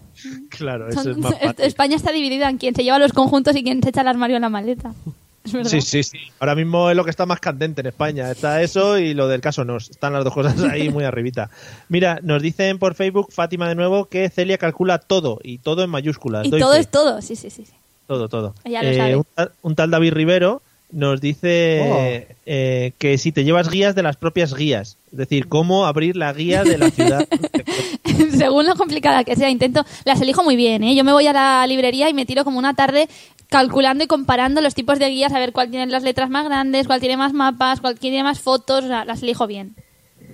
A: Claro, eso
B: Son-
A: es más fácil.
B: España está dividida en quien se lleva los conjuntos y quien se echa el armario en la maleta. Es verdad.
A: Sí, sí, sí. Ahora mismo es lo que está más candente en España. Está eso y lo del caso nos. Están las dos cosas ahí muy arribita. Mira, nos dicen por Facebook, Fátima de nuevo, que Celia calcula todo y todo en mayúsculas.
B: Y
A: Doy
B: todo
A: fe.
B: es todo, sí, sí, sí. sí.
A: Todo, todo. Eh,
B: Ella lo sabe.
A: un, tal, un tal David Rivero nos dice
C: Oh.
A: eh, que si te llevas guías de las propias guías. Es decir, cómo abrir la guía de la ciudad.
B: Según lo complicada que sea, intento, las elijo muy bien, ¿eh? Yo me voy a la librería y me tiro como una tarde calculando y comparando los tipos de guías, a ver cuál tiene las letras más grandes, cuál tiene más mapas, cuál tiene más fotos, o sea, las elijo bien.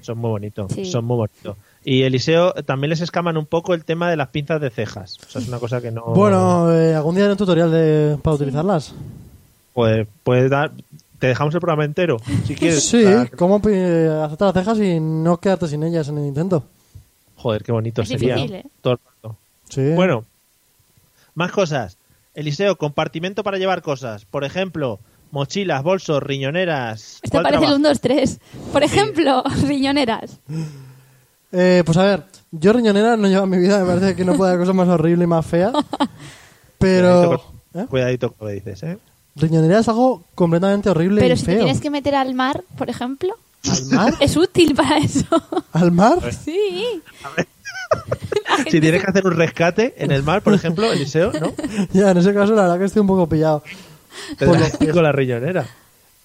A: son muy bonitos.
B: Sí.
A: Son muy bonitos. Y Eliseo, también les escaman un poco el tema de las pinzas de cejas. O sea, es una cosa que no...
C: Bueno, eh, algún día haré un tutorial de, para utilizarlas.
A: Pues, puedes dar. Te dejamos el programa entero, si quieres. Ah,
C: Sí,
A: O sea, que-
C: cómo eh, hacerte las cejas y no quedarte sin ellas en el intento.
A: Joder, qué bonito
B: Es
A: sería.
B: difícil,
A: ¿no?
B: ¿eh?
A: Todo el rato.
C: Sí.
A: Bueno, más cosas. Eliseo, compartimento para llevar cosas. Por ejemplo, mochilas, bolsos, riñoneras.
B: Esto
A: ¿Cuál
B: parece
A: trabaja?
B: el 1, 2, 3. Por ejemplo, riñoneras.
C: Eh, pues a ver, yo riñonera no llevo en mi vida, me parece que no puede haber cosa más horrible y más fea. Pero.
A: Cuidadito con,
C: ¿Eh?
A: cuidadito con lo que dices, ¿eh?
C: Riñonera es algo completamente horrible
B: Pero
C: y
B: si te
C: feo.
B: tienes que meter al mar, por ejemplo,
C: ¿Al mar?
B: es útil para eso.
C: ¿Al mar?
B: Sí.
A: Si tienes que hacer un rescate en el mar, por ejemplo, Eliseo, ¿no?
C: ya, en ese caso la verdad que estoy un poco pillado.
A: Te
C: Por lo
A: das con la riñonera.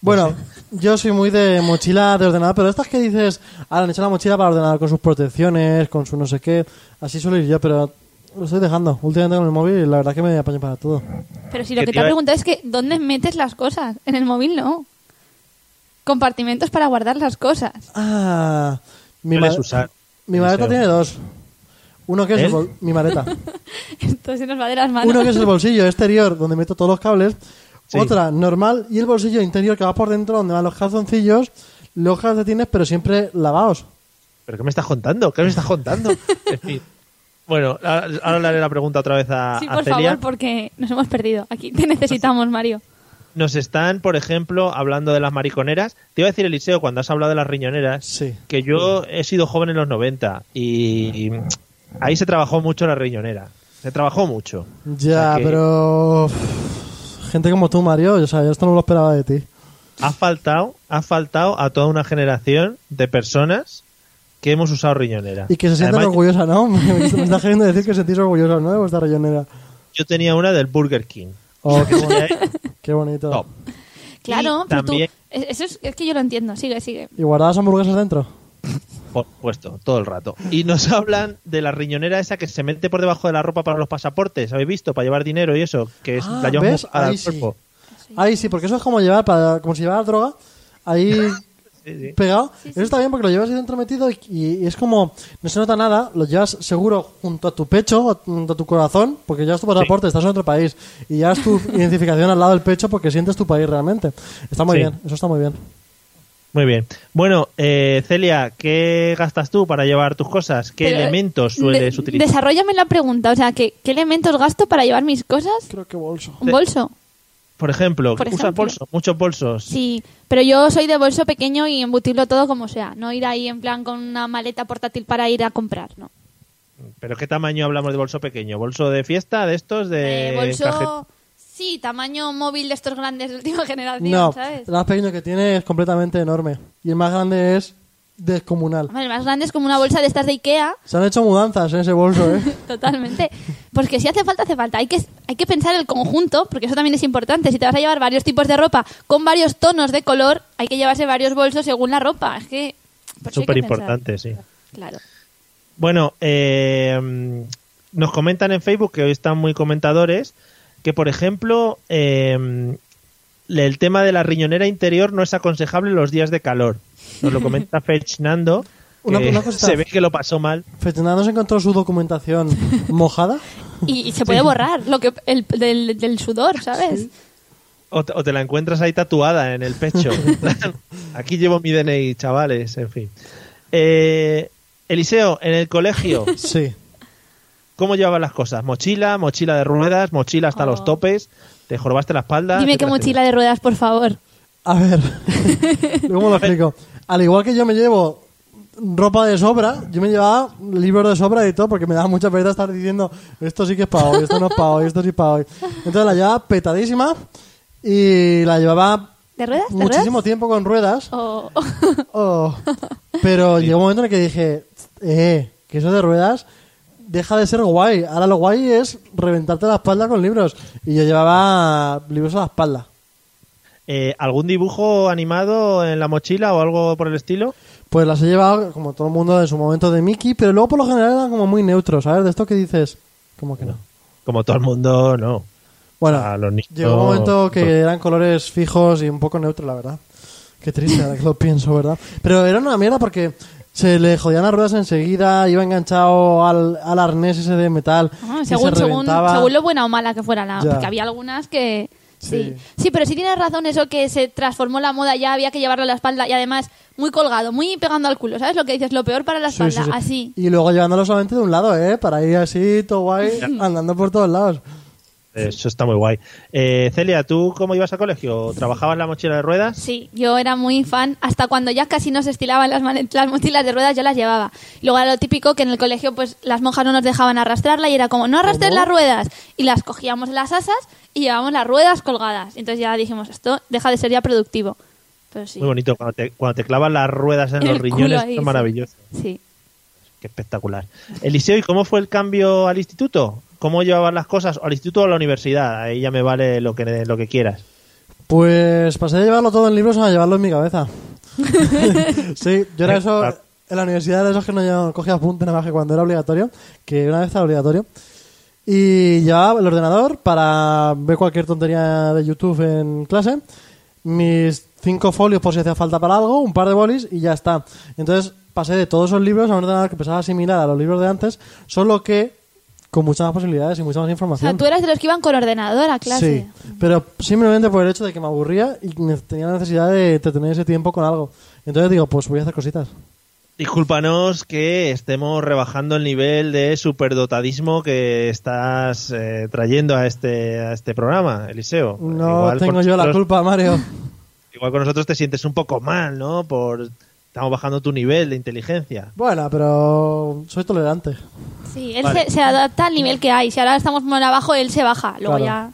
C: Bueno, yo soy muy de mochila de ordenador, pero estas que dices, ahora han hecho la mochila para ordenar con sus protecciones, con su no sé qué, así suelo ir yo, pero lo estoy dejando últimamente con el móvil y la verdad que me apaño para todo.
B: Pero si lo que,
A: Que te
B: te
A: iba-
B: ha preguntado es que ¿dónde metes las cosas? En el móvil no. Compartimentos para guardar las cosas.
C: Ah, mi,
A: Sueles
C: ma-
A: usar,
C: mi maleta
A: Eliseo.
C: tiene dos. Uno que es
A: ¿El?
C: el bol- mi maleta.
B: Esto se nos va de las manos.
C: Uno que es el bolsillo exterior donde meto todos los cables,
A: Sí.
C: otra normal y el bolsillo interior que va por dentro donde van los calzoncillos, los calcetines, pero siempre lavados.
A: ¿Pero qué me estás contando? ¿Qué me estás contando? En fin. Bueno, ahora ahora le haré la pregunta otra vez a,
B: Sí,
A: a
B: por
A: Ah, Celia.
B: favor, porque nos hemos perdido. Aquí te necesitamos, Mario.
A: Nos están, por ejemplo, hablando de las mariconeras. Te iba a decir, Eliseo, cuando has hablado de las riñoneras,
C: Sí.
A: que yo he sido joven en los 90 y ahí se trabajó mucho la riñonera. Se trabajó mucho.
C: Ya,
A: O sea que
C: pero. uff, Gente como tú, Mario, o sea, yo esto no me lo esperaba de ti.
A: Ha faltado, ha faltado a toda una generación de personas que hemos usado riñonera.
C: Y que se sientan
A: Además,
C: orgullosas, ¿no? Me, me estás queriendo decir que sentís orgullosos, ¿no? De vuestra rellonera.
A: Yo tenía una del Burger King.
C: Oh, qué, bon-
A: Tenía-
C: qué bonito.
A: No.
B: Claro,
A: Y
B: pero
A: también-
B: tú... es- Eso es, es que yo lo entiendo. Sigue, sigue.
C: ¿Y guardabas hamburguesas dentro?
A: Por supuesto, todo el rato. Y nos hablan de la riñonera esa que se mete por debajo de la ropa para los pasaportes, ¿habéis visto? Para llevar dinero y eso, que es
C: Ah,
A: la llevamos
C: ¿ves?
A: al
C: Ahí sí.
A: cuerpo.
C: Ahí sí, porque eso es como llevar, para, como si llevara droga, ahí
A: Sí, sí.
C: pegado. Eso está bien porque lo llevas ahí dentro metido y, y es como, no se nota nada, lo llevas seguro junto a tu pecho, junto a tu corazón, porque llevas tu pasaporte, estás en otro país, y llevas tu identificación al lado del pecho porque sientes tu país realmente. Está muy
A: Sí.
C: bien, eso está muy bien.
A: Muy bien. Bueno, eh, Celia, ¿qué gastas tú para llevar tus cosas? ¿Qué
B: Pero, eh,
A: elementos
B: de-
A: sueles utilizar?
B: Desarrollame la pregunta. O sea, ¿qué, qué elementos gasto para llevar mis cosas?
C: Creo que bolso.
B: ¿Un bolso?
A: Por ejemplo,
B: por
A: ¿usas
B: ejemplo.
A: bolsos? Muchos bolsos.
B: Sí, pero yo soy de bolso pequeño y embutirlo todo como sea. No ir ahí en plan con una maleta portátil para ir a comprar, no.
A: ¿Pero qué tamaño hablamos de bolso pequeño? ¿Bolso de fiesta, de estos, de
B: Eh, bolso,
A: cajet-
B: sí, tamaño móvil de estos grandes de última generación,
C: No,
B: ¿sabes?
C: el más pequeño que tiene es completamente enorme. Y el más grande es descomunal.
B: Hombre, el más grande es como una bolsa de estas de Ikea.
C: Se han hecho mudanzas en ese bolso, ¿eh?
B: Totalmente. Porque si hace falta, hace falta. Hay que, hay que pensar el conjunto, porque eso también es importante. Si te vas a llevar varios tipos de ropa con varios tonos de color, hay que llevarse varios bolsos según la ropa. Es que. por eso hay que
A: Súper importante,
B: pensar.
A: sí.
B: Claro.
A: Bueno, eh, nos comentan en Facebook, que hoy están muy comentadores, que por ejemplo eh, el tema de la riñonera interior no es aconsejable en los días de calor. Nos lo comenta Fernando, que
C: Una- una cosa-
A: se ve que lo pasó mal.
C: Fernando se encontró su documentación mojada.
B: Y, y se puede borrar lo que el, del, del sudor, ¿sabes?
A: O te, o te la encuentras ahí tatuada en el pecho. Aquí llevo mi DNI, chavales, en fin. Eh, Eliseo, en el colegio,
C: Sí.
A: ¿cómo llevabas las cosas? ¿Mochila, mochila de ruedas, mochila hasta los topes? ¿Te jorobaste la espalda?
B: Oh. Dime
A: ¿Qué
B: qué
A: tal
B: mochila de ruedas, por favor.
C: A ver, ¿cómo lo explico? Al igual que yo me llevo ropa de sobra, yo me llevaba libros de sobra y todo porque me daba mucha pereza estar diciendo esto sí que es para hoy, esto no es para hoy, esto sí es para hoy. Entonces la llevaba petadísima y la llevaba
B: ¿De ruedas? ¿De
C: muchísimo
B: ruedas?
C: tiempo con ruedas.
B: O-
C: Oh. Pero llegó un momento en el que dije, eh, que eso de ruedas deja de ser guay. Ahora lo guay es reventarte la espalda con libros. Y yo llevaba libros a la espalda.
A: Eh, ¿Algún dibujo animado en la mochila o algo por el estilo?
C: Pues las he llevado, como todo el mundo, en su momento de Mickey, pero luego por lo general eran como muy neutros, ¿sabes? De esto que dices, como que no.
A: Como todo el mundo, no.
C: Bueno,
A: Ah, los niños-
C: llegó un momento que eran colores fijos y un poco neutros, la verdad. Qué triste, ahora que lo pienso, ¿verdad? Pero era una mierda porque se le jodían las ruedas enseguida, iba enganchado al, al arnés ese de metal.
B: Ah,
C: que
B: según,
C: se
B: según,
C: reventaba.
B: según lo buena o mala que fuera la.
C: Ya.
B: Porque había algunas que. Sí.
C: Sí.
B: sí, pero sí tienes razón eso que se transformó la moda, ya había que llevarlo a la espalda y además muy colgado, muy pegando al culo, ¿sabes lo que dices? Lo peor para la
C: Sí, sí,
B: espalda,
C: sí.
B: así.
C: Y luego llevándolo solamente de un lado, ¿eh? Para ir así, todo guay, andando por todos lados.
A: Eso está muy guay. Eh, Celia, ¿tú cómo ibas al colegio? ¿Trabajabas la mochila de ruedas?
B: Sí, yo era muy fan, hasta cuando ya casi nos estilaban las, mane- las mochilas de ruedas, yo las llevaba. Y Luego era lo típico que en el colegio pues las monjas no nos dejaban arrastrarla y era como, no arrastres las ruedas. Y las cogíamos de las asas y llevábamos las ruedas colgadas. Entonces ya dijimos, esto deja de ser ya productivo. Pero sí.
A: Muy bonito, cuando te, cuando te clavas las ruedas en
B: El
A: los
B: culo
A: riñones,
B: ahí,
A: esto es
B: sí.
A: maravilloso.
B: Sí.
A: Qué espectacular. Eliseo, ¿y cómo fue el cambio al instituto? ¿Cómo llevabas las cosas? ¿O ¿Al instituto o a la universidad? Ahí ya me vale lo que, lo que quieras.
C: Pues pasé de llevarlo todo en libros a llevarlo en mi cabeza. sí, yo era eso. En la universidad era esos que no llevaban- cogía apunte nada más que cuando era obligatorio, que una vez era obligatorio. Y llevaba el ordenador para ver cualquier tontería de YouTube en clase, mis cinco folios por si hacía falta para algo, un par de bolis y ya está. Entonces pasé de todos esos libros a un ordenador que empezaba a similar a los libros de antes, solo que con muchas más posibilidades y mucha más
B: O sea,
C: información.
B: tú eras de los que iban con ordenador a clase.
C: Sí, pero simplemente por el hecho de que me aburría y ne- tenía la necesidad de entretener ese tiempo con algo. Entonces digo, pues voy a hacer cositas.
A: Discúlpanos que estemos rebajando el nivel de superdotadismo que estás eh, trayendo a este, a este programa, Eliseo.
C: No
A: Igual
C: tengo
A: con
C: yo la
A: nosotros-
C: culpa, Mario.
A: Igual con nosotros te sientes un poco mal, ¿no? Por estamos bajando tu nivel de inteligencia.
C: Bueno, pero soy tolerante.
B: Sí, él
A: Vale.
B: se, se adapta al nivel que hay. Si ahora estamos por abajo, él se baja. Luego
C: Claro.
B: ya.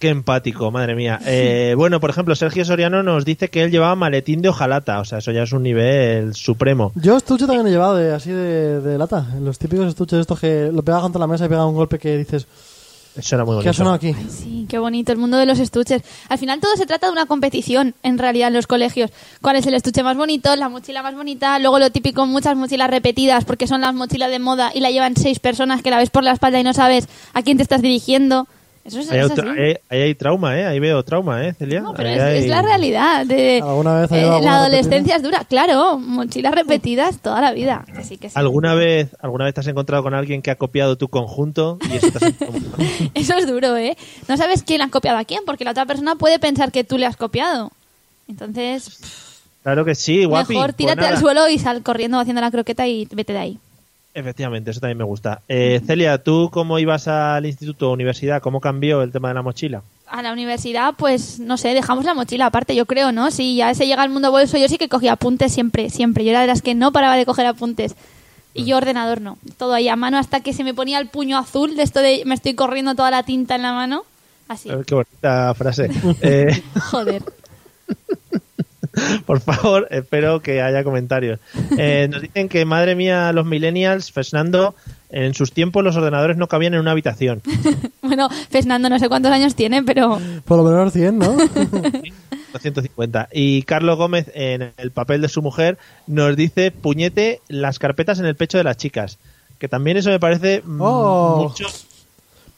A: Qué empático, madre mía. Eh, bueno, por ejemplo, Sergio Soriano nos dice que él llevaba maletín de hojalata, o sea, eso ya es un nivel supremo.
C: Yo estuche también he llevado de, así de, de lata. Los típicos estuches estos que lo pegas contra la mesa y pega un golpe que dices,
A: Eso era muy bonito.
C: ¿qué ha sonado aquí?
B: Sí, qué bonito, el mundo de los estuches. Al final todo se trata de una competición, en realidad, en los colegios. ¿Cuál es el estuche más bonito? La mochila más bonita. Luego lo típico, muchas mochilas repetidas, porque son las mochilas de moda y la llevan seis personas que la ves por la espalda y no sabes a quién te estás dirigiendo. Eso es,
A: Ahí,
B: es
A: hay otra-
B: así.
A: ahí- ahí hay trauma, ¿eh? Ahí veo trauma, ¿eh, Celia?
B: No, pero
A: Ahí
B: es,
A: hay-
B: es la realidad. de-
C: ¿Alguna vez ha
B: eh,
C: llevado
B: la
C: alguna
B: adolescencia es dura, claro. Mochilas repetidas toda la vida. Así que sí.
A: ¿Alguna vez, ¿Alguna vez te has encontrado con alguien que ha copiado tu conjunto? Y eso te has encontrado?
B: Eso es duro, ¿eh? No sabes quién ha copiado a quién, porque la otra persona puede pensar que tú le has copiado. Entonces, pff,
A: claro que sí, guapi.
B: mejor
A: Pues
B: tírate
A: nada.
B: al suelo y sal corriendo haciendo la croqueta y vete de ahí.
A: Efectivamente, eso también me gusta. Eh, Celia, ¿tú cómo ibas al instituto o universidad? ¿Cómo cambió el tema de la mochila?
B: A la universidad, pues, no sé, dejamos la mochila aparte, yo creo, ¿no? Si ya se llega al mundo bolso, yo sí que cogía apuntes siempre, siempre. Yo era de las que no paraba de coger apuntes. Y
A: Mm.
B: yo ordenador no. Todo ahí a mano hasta que se me ponía el puño azul de esto de me estoy corriendo toda la tinta en la mano. Así.
A: Eh, Qué bonita frase. Eh,
B: Joder.
A: Por favor, espero que haya comentarios. Eh, nos dicen que, madre mía, los millennials, Fernando, en sus tiempos los ordenadores no cabían en una habitación.
B: Bueno, Fernando, no sé cuántos años tiene, pero
C: Por lo menos 100, ¿no?
A: 250. Y Carlos Gómez, en el papel de su mujer, nos dice puñete las carpetas en el pecho de las chicas. Que también eso me parece mm,
C: Oh.
A: mucho.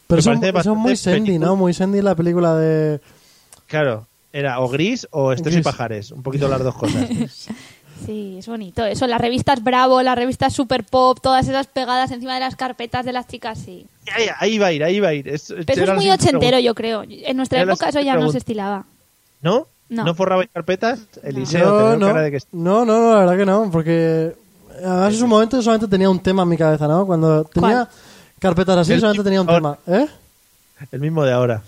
C: Pero
A: Me
C: son,
A: parece
C: son muy
A: bastante
C: Sandy,
A: película.
C: ¿no? Muy Sandy la película de...
A: Claro, era o gris o estés y
C: Gris.
A: pajares. Un poquito las dos cosas.
B: sí, es bonito eso. Las revistas Bravo, las revistas Super Pop, todas esas pegadas encima de las carpetas de las chicas, sí.
A: Ahí, ahí va a ir, ahí va a ir. Es- este
B: Pero eso
A: era
B: es
A: la
B: muy
A: siguiente
B: ochentero,
A: pregunta.
B: yo creo. En nuestra
A: Era la
B: época eso ya
A: siguiente
B: no se
A: pregunta.
B: estilaba.
A: ¿No?
B: No.
A: ¿No, forrabais carpetas? Eliseo,
C: Yo
A: tenemos
C: no,
A: cara de que est-
C: no, no, no, la verdad que no, porque además en su momento yo solamente tenía un tema en mi cabeza, ¿no? Cuando tenía
B: ¿Cuál?
C: carpetas así,
A: El
C: solamente tenía un
A: Discord.
C: tema, ¿eh?
A: el mismo de ahora.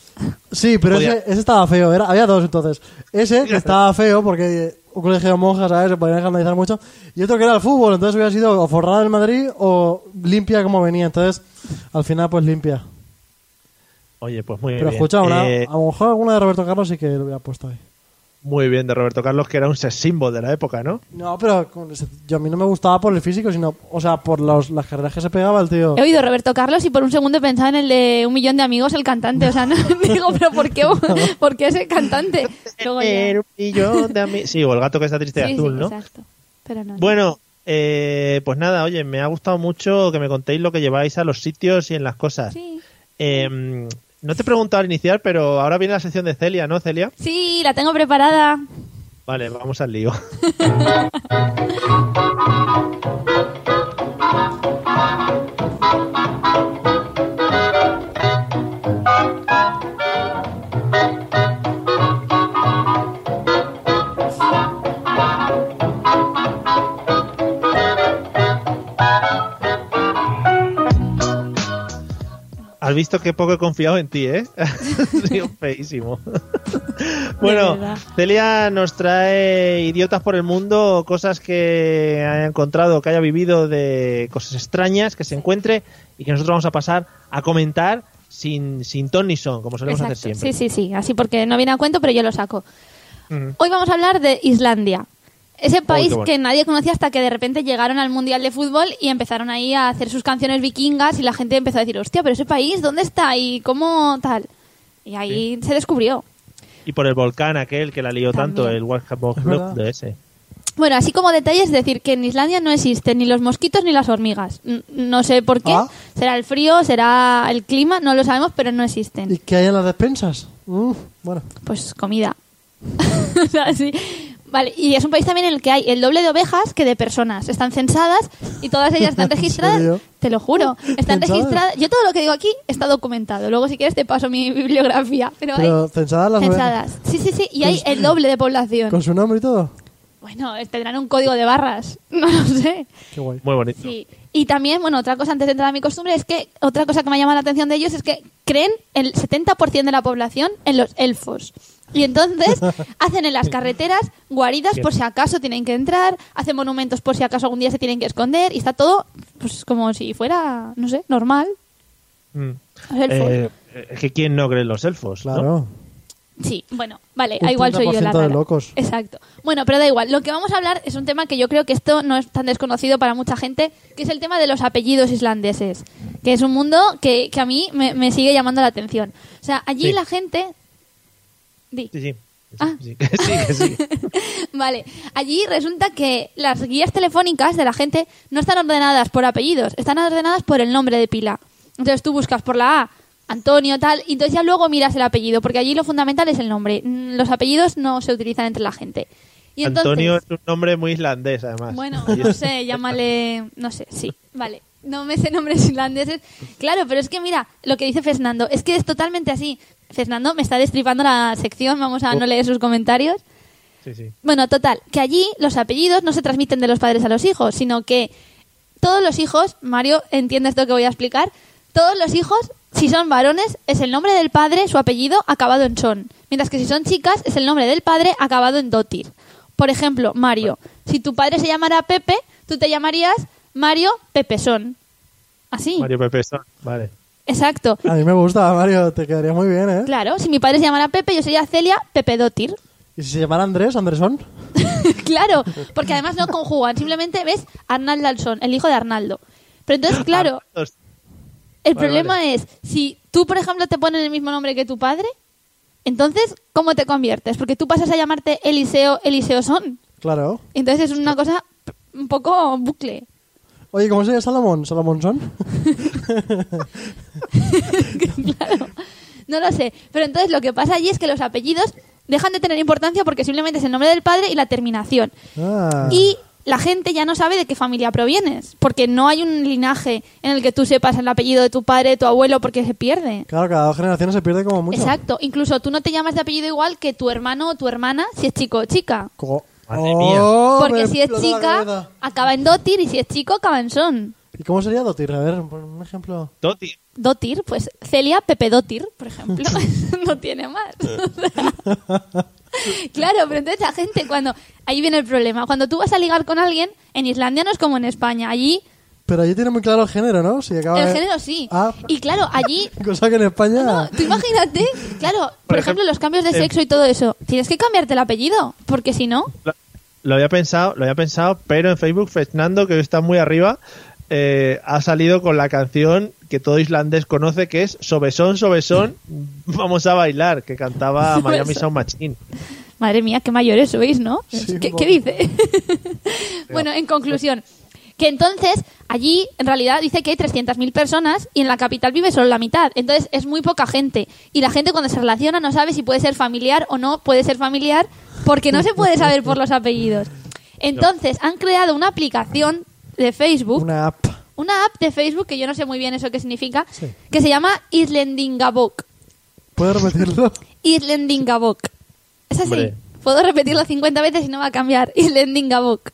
C: Sí, pero
A: Podía-
C: ese, ese estaba feo, era, había dos entonces. Ese que estaba feo porque eh, un colegio de monjas, ¿sabes? Se podían escandalizar mucho. Y otro que era el fútbol, entonces hubiera sido o forrada del Madrid o limpia como venía. Entonces, al final, pues limpia.
A: Oye, pues muy
C: Pero
A: bien.
C: escucha, una-
A: Eh,
C: a lo mejor alguna de Roberto Carlos sí que lo hubiera puesto ahí.
A: muy bien de Roberto Carlos, que era un sex symbol de la época, ¿no?
C: No, pero con ese- yo a mí no me gustaba por el físico, sino, o sea, por los, las carreras que se pegaba el tío.
B: He oído Roberto Carlos y por un segundo he pensado en el de un millón de amigos, el cantante. O sea, no, digo, pero ¿por qué, ¿por qué ese cantante? Luego ya-
A: Pero un millón de ami- Sí, o el gato que está triste de
B: Sí,
A: azul,
B: sí,
A: ¿no?
B: exacto. Pero no.
A: Bueno, eh, pues nada, oye, me ha gustado mucho que me contéis lo que lleváis a los sitios y en las cosas.
B: Sí.
A: Eh, no te he preguntado al iniciar, pero ahora viene la sección de Celia, ¿no, Celia?
B: Sí, la tengo preparada.
A: Vale, vamos al lío. Has visto que poco he confiado en ti, ¿eh? Ha sido feísimo. bueno,
B: verdad.
A: Celia nos trae idiotas por el mundo, cosas que haya encontrado, que haya vivido de cosas extrañas que se encuentre y que nosotros vamos a pasar a comentar sin, sin ton ni son, como solemos
B: Exacto.
A: hacer
B: Sí,
A: siempre.
B: sí, sí. Así porque no viene a cuento, pero yo lo saco.
A: Ujú.
B: Hoy vamos a hablar de Islandia. Ese país
A: bueno.
B: que nadie conocía hasta que de repente llegaron al Mundial de Fútbol y empezaron ahí a hacer sus canciones vikingas y la gente empezó a decir, hostia, pero ese país, ¿dónde está? ¿Y cómo tal? Y ahí se descubrió.
A: Y por el volcán aquel que la lió tanto,
B: También.
A: el WhatsApp of
C: Es
A: Love
C: verdad.
A: de ese.
B: Bueno, así como detalles, decir que en Islandia no existen ni los mosquitos ni las hormigas. N- No sé por qué.
C: Ah.
B: Será el frío, será el clima, no lo sabemos, pero no existen.
C: ¿Y qué hay en las despensas? Mm, bueno,
B: Pues comida. O sea, sí. Vale, y es un país también en el que hay el doble de ovejas que de personas. Están censadas y todas ellas están
C: ¿En
B: registradas.
C: serio?
B: Te lo juro. Están
C: ¿Censadas?
B: registradas. Yo todo lo que digo aquí está documentado. Luego, si quieres, te paso mi bibliografía. Pero,
C: pero
B: hay
C: censadas las
B: censadas. Sí, sí, sí. Y
C: pues,
B: hay el doble de población.
C: ¿Con su nombre y todo?
B: Bueno, tendrán un código de barras. No lo sé.
C: Qué guay.
A: Muy bonito.
B: Sí. Y también, bueno, otra cosa antes de entrar a mi costumbre es que otra cosa que me ha llamado la atención de ellos es que creen el 70% de la población en los elfos. Y entonces hacen en las carreteras guaridas por si acaso tienen que entrar, hacen monumentos por si acaso algún día se tienen que esconder y está todo pues como si fuera, no sé, normal.
A: Mm.
B: Los elfos.
A: Eh, es que quién no cree en los elfos, ¿no?
C: Claro.
B: Sí, bueno, vale,
C: Un
B: igual soy yo la
C: 30% de
B: rara.
C: locos.
B: Exacto. Bueno, pero da igual. Lo que vamos a hablar es un tema que yo creo que esto no es tan desconocido para mucha gente, que es el tema de los apellidos islandeses, que es un mundo que, que a mí me, me sigue llamando la atención. O sea, allí
A: Sí.
B: la gente... Di.
A: Sí, sí. Sí,
B: Ah.
A: sí, que sí, que sí.
B: Vale, allí resulta que las guías telefónicas de la gente no están ordenadas por apellidos, están ordenadas por el nombre de pila. Entonces tú buscas por la A, Antonio, tal, y entonces ya luego miras el apellido, porque allí lo fundamental es el nombre. Mm, Los apellidos no se utilizan entre la gente. Y entonces,
A: Antonio es un nombre muy islandés, además.
B: Bueno,
A: Ahí
B: no
A: está.
B: sé, llámale, no sé, sí, vale. No me sé nombres islandeses. Claro, pero es que mira, lo que dice Fernando, es que es totalmente así. Fernando me está destripando la sección, vamos a no leer sus comentarios.
A: Sí, sí.
B: Bueno, total, que allí los apellidos no se transmiten de los padres a los hijos, sino que todos los hijos, Mario, entiende esto que voy a explicar, todos los hijos, si son varones, es el nombre del padre, su apellido, acabado en son. Mientras que si son chicas, es el nombre del padre, acabado en dotir. Por ejemplo, Mario, si tu padre se llamara Pepe, tú te llamarías Mario Pepesón. Así.
A: Mario Pepe Son, vale.
B: Exacto.
C: A mí me gusta, Mario, te quedaría muy bien, ¿eh?
B: Claro, si mi padre se llamara Pepe, yo sería Celia Pepe Dotir.
C: ¿Y si se llamara Andrés, Andresón?
B: claro, porque además no conjugan, simplemente ves Arnaldo Alsón, el hijo de Arnaldo. Pero entonces, claro,
A: Entonces,
B: el
A: Ah, Vale,
B: problema
A: vale.
B: es, si tú, por ejemplo, te ponen el mismo nombre que tu padre, entonces, ¿cómo te conviertes? Porque tú pasas a llamarte Eliseo, Eliseo Son.
C: Claro.
B: Entonces es una cosa p- un poco bucle.
C: Oye, ¿cómo se llama Salomón? ¿Salamonzón?
B: claro. No lo sé. Pero entonces lo que pasa allí es que los apellidos dejan de tener importancia porque simplemente es el nombre del padre y la terminación.
C: Ah.
B: Y la gente ya no sabe de qué familia provienes, porque no hay un linaje en el que tú sepas el apellido de tu padre, tu abuelo, porque se pierde.
C: Claro, cada dos generaciones se pierde como mucho.
B: Exacto. Incluso tú no te llamas de apellido igual que tu hermano o tu hermana si es chico o chica.
C: Co-
A: Madre mía.
C: ¡Oh, me
B: Porque si es
C: explotó la
B: chica,
C: cabeza!
B: acaba en dotir y si es chico, acaba en son.
C: ¿Y cómo sería Dotir? A ver, por un ejemplo.
A: Toti.
B: Dotir, pues Celia Pepe Dotir, por ejemplo, no tiene más. claro, pero entonces la gente cuando ahí viene el problema, cuando tú vas a ligar con alguien en Islandia no es como en España, allí
C: Pero allí tiene muy claro el género, ¿no? Si acaba
B: el
C: de-
B: género sí.
C: Ah,
B: Y claro, allí
C: cosa que en España.
B: no, tú imagínate, claro, por,
A: Por
B: ejemplo,
A: ejemplo,
B: los cambios de
A: eh,
B: sexo y todo eso, tienes que cambiarte el apellido, porque si no,
A: Lo- Lo había pensado, lo había pensado, pero en Facebook Fernando, que está muy arriba, eh, ha salido con la canción que todo islandés conoce, que es Sobesón, Sobesón, vamos a bailar, que cantaba Miami Sound Machine.
B: Madre mía, qué mayores sois, ¿no?
C: Sí,
B: ¿Qué,
C: un
B: qué
C: poco.
B: dice? bueno, en conclusión, que entonces allí en realidad dice que hay 300.000 personas y en la capital vive solo la mitad. Entonces es muy poca gente. Y la gente cuando se relaciona no sabe si puede ser familiar o no puede ser familiar porque no se puede saber por los apellidos. Entonces han creado una aplicación de Facebook, una,
C: Una app.
B: app de Facebook que yo no sé muy bien eso qué significa, que se llama Islendingabok.
C: ¿Puedes repetirlo?
B: Islendingabok. Es así.
A: Hombre.
B: Puedo repetirlo 50 veces y no va a cambiar. Islendingabok.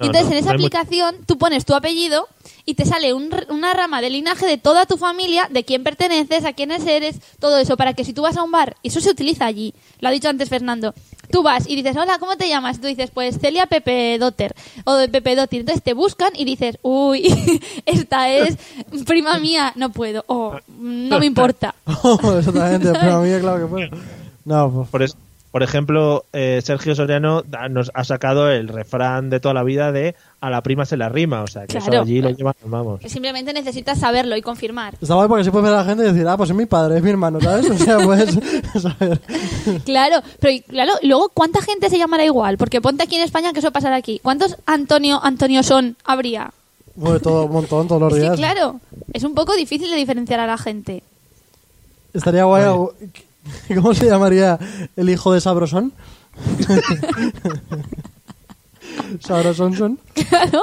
A: No,
B: Entonces,
A: no,
B: en esa
A: no hay mu-
B: aplicación, tú pones tu apellido y te sale un r- una rama de linaje de toda tu familia, de quién perteneces, a quiénes eres, todo eso, para que si tú vas a un bar, y eso se utiliza allí, lo ha dicho antes Fernando, tú vas y dices, hola, ¿cómo te llamas? Tú dices, pues Celia Pepe Dotter o de Pepe Dotter. Entonces te buscan y dices, uy, esta es prima mía, no puedo, o no me importa.
C: Exactamente, pero a mí, claro que puedo. No, pues.
A: Por, es- por ejemplo, eh, Sergio Soriano da- nos ha sacado el refrán de toda la vida de a la prima se la rima, o sea, que
B: Claro.
A: eso allí lo llevan, vamos.
B: Simplemente necesitas saberlo y confirmar.
C: Está guay porque se puede ver a la gente y decir, ah, pues es mi padre, es mi hermano, ¿sabes? O sea, pues, puedes saber.
B: Claro, pero y- claro, y luego cuánta gente se llamará igual, porque ponte aquí en España que eso pasará aquí. ¿Cuántos Antonio Antonio son habría?
C: Bueno, pues todo un montón, todos los
B: Sí,
C: días.
B: claro. Es un poco difícil de diferenciar a la gente.
C: Estaría guay. algo- ¿Cómo se llamaría el hijo de Sabrosón? Sabrosonson.
B: Claro,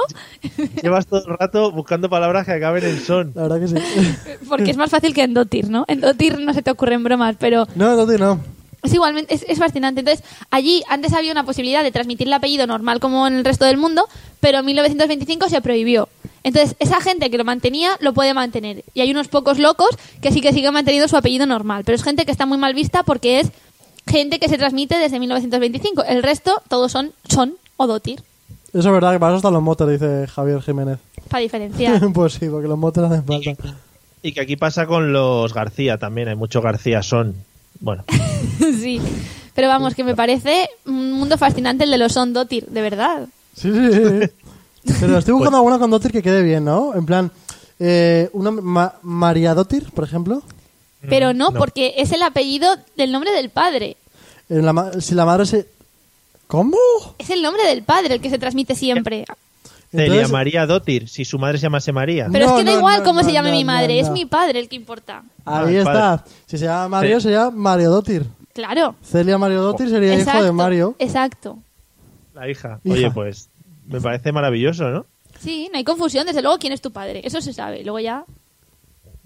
A: Llevas todo el rato buscando palabras que acaben en son.
C: La verdad que sí.
B: porque es más fácil que en Dotir, ¿no? En Dotir no se te ocurren bromas, pero
C: No, no, tío, no.
B: Es igualmente, es, es fascinante. Entonces, allí antes había una posibilidad de transmitir el apellido normal como en el resto del mundo, pero en 1925 se prohibió. Entonces, esa gente que lo mantenía lo puede mantener. Y hay unos pocos locos que sí que siguen manteniendo su apellido normal, pero es gente que está muy mal vista porque es gente que se transmite desde 1925. El resto, todos son son o dotir,
C: Eso es verdad que para eso están los motors, dice Javier Jiménez.
B: para diferenciar.
C: pues sí, porque los motors hacen falta.
A: Y que aquí pasa con los García también, hay muchos García son. Bueno,
B: sí. Pero vamos, que me parece un mundo fascinante el de los son dotir, de verdad.
C: Sí, sí, sí. Pero
A: Pues
C: estoy buscando alguna con Dotir que quede bien, ¿no? En plan, eh, una ma- María Dotir, por ejemplo.
B: Pero no,
A: no.
B: porque es el apellido del nombre del padre.
C: En Eh, la ma- si la madre se... ¿Cómo?
B: Es el nombre del padre el que se transmite siempre.
A: Celia
C: Entonces-
A: María Dotir, si su madre se llamase María.
B: Pero
C: No,
B: es que da
C: no,
B: igual
C: no,
B: cómo
C: no,
B: se llame
C: no,
B: mi
C: no,
B: madre, es
C: no.
B: mi padre el que importa.
C: Ahí
A: Ah,
C: está.
A: vale.
C: Si se llama Mario,
A: Sí. Oh.
C: se llama Mario Dotir.
B: Claro.
C: Celia Mario Dotir sería hijo de Mario.
B: Exacto.
A: La hija.
C: Hija.
A: Oye, pues me parece maravilloso, ¿no?
B: Sí, no hay confusión, desde luego quién es tu padre, eso se sabe. Luego ya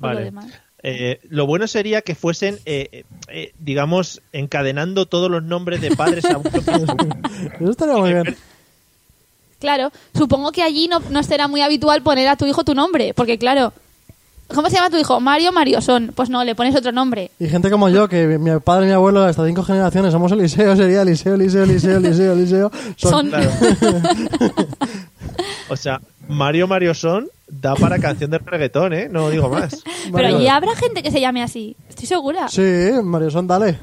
B: por lo
A: Vale.
B: demás.
A: Eh, lo bueno sería que fuesen, eh, eh, eh, digamos, encadenando todos los nombres de padres a
C: Eso estaría muy bien.
B: Claro, supongo que allí no, no será muy habitual poner a tu hijo tu nombre, porque claro, ¿cómo se llama tu hijo? Mario Mariosón. Pues no, le pones otro nombre.
C: Y gente como yo, que mi padre y mi abuelo, hasta cinco generaciones, somos Eliseo, sería Eliseo, Eliseo, Eliseo, Eliseo, Eliseo.
B: Son.
A: Claro. O sea, Mario Mario Son da para canción de reggaetón, ¿eh? No digo más.
B: Pero
C: Mario.
B: allí habrá gente que se llame así, estoy segura.
C: Sí, Mario Son, dale.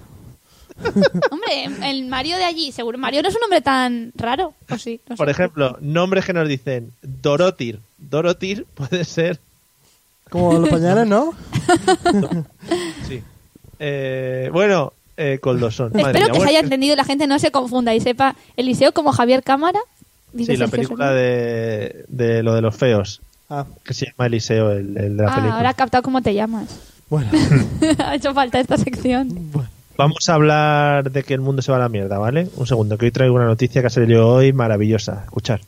B: Hombre, el Mario de allí, seguro. Mario no es un hombre tan raro. O sí, no sé.
A: Por ejemplo, nombres que nos dicen Dorotir. Dorotir puede ser.
C: Como los pañales, ¿no?
A: Sí. Eh, bueno, eh, Coldosón. Madre
B: Espero
A: mía,
B: que se
A: bueno,
B: haya
A: es-
B: entendido y la gente no se confunda y sepa Eliseo como Javier Cámara. dice
A: Sí, la
B: Sergio
A: película
B: Fernández.
A: de, de lo de los feos.
C: Ah,
A: Que se llama Eliseo, el, el de la
B: Ah,
A: película.
B: ahora ha captado cómo te llamas.
C: bueno.
B: ha hecho falta esta sección.
A: Vamos a hablar de que el mundo se va a la mierda, ¿vale? Un segundo, que hoy traigo una noticia que ha salido hoy maravillosa. Escuchar.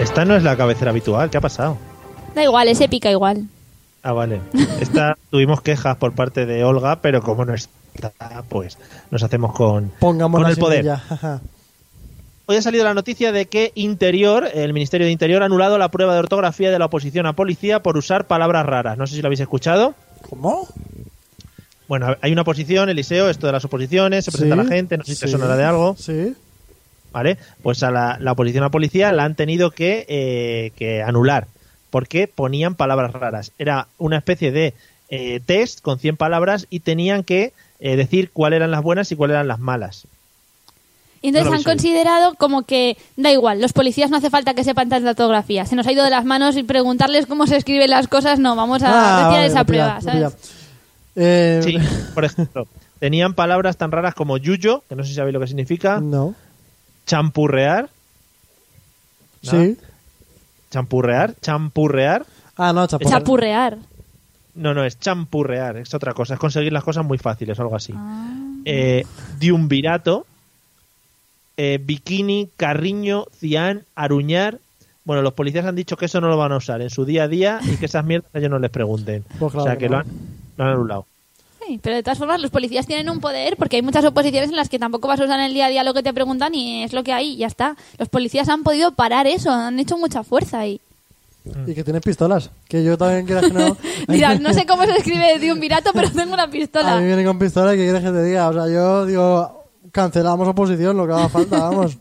A: Esta no es la cabecera habitual, ¿qué ha pasado?
B: Da igual, es épica igual.
A: Ah, vale. Esta tuvimos quejas por parte de Olga, pero como no está, pues nos hacemos con,
C: Pongamos
A: con el
C: la
A: poder.
C: semilla, jaja.
A: Hoy ha salido la noticia de que Interior, el Ministerio de Interior, ha anulado la prueba de ortografía de la oposición a policía por usar palabras raras. No sé si lo habéis escuchado.
C: ¿Cómo?
A: Bueno, hay una oposición, Eliseo, esto de las oposiciones, se presenta
C: Sí,
A: la gente, no sé si te
C: sí,
A: sonará de algo,
C: Sí.
A: ¿vale? Pues a la, la oposición a policía la han tenido que, eh, que anular porque ponían palabras raras. Era una especie de eh, test con 100 palabras y tenían que eh, decir cuáles eran las buenas y cuáles eran las malas.
B: Y entonces
A: No lo
B: han
A: habéis oído.
B: considerado como que da igual, los policías no hace falta que sepan tanta ortografía. Se nos ha ido de las manos y preguntarles cómo se escriben las cosas, no, vamos
A: Ah,
B: a retirar
C: Ah, vale,
B: esa
C: lo
B: prueba,
C: pilla,
B: ¿sabes?
C: lo pilla. Eh,
A: Sí, por ejemplo, tenían palabras tan raras como yuyo, que no sé si sabéis lo que significa,
C: No.
A: champurrear,
C: Sí.
A: champurrear, champurrear.
C: Ah, no, chapurre.
B: Chapurrear.
A: No, no, es champurrear, es otra cosa, es conseguir las cosas muy fáciles o algo así. Eh, diumbirato, eh, bikini, carriño, cian, aruñar. Bueno, los policías han dicho que eso no lo van a usar en su día a día y que esas mierdas ellos no les pregunten.
C: Pues
A: o
C: claro
A: sea, que
C: que
A: lo,
C: no.
A: han, lo han anulado.
B: Sí, pero de todas formas, los policías tienen un poder porque hay muchas oposiciones en las que tampoco vas a usar en el día a día lo que te preguntan y es lo que hay, y ya está. Los policías han podido parar eso, han hecho mucha fuerza ahí.
C: Y que tienes pistolas. Que yo también quieras que no.
B: Dirás, no sé cómo se escribe de un virato, pero tengo una
C: A mí
B: pistola.
C: viene con pistola y que quieres que te diga. O sea, yo digo, cancelamos oposición, lo que haga falta, vamos.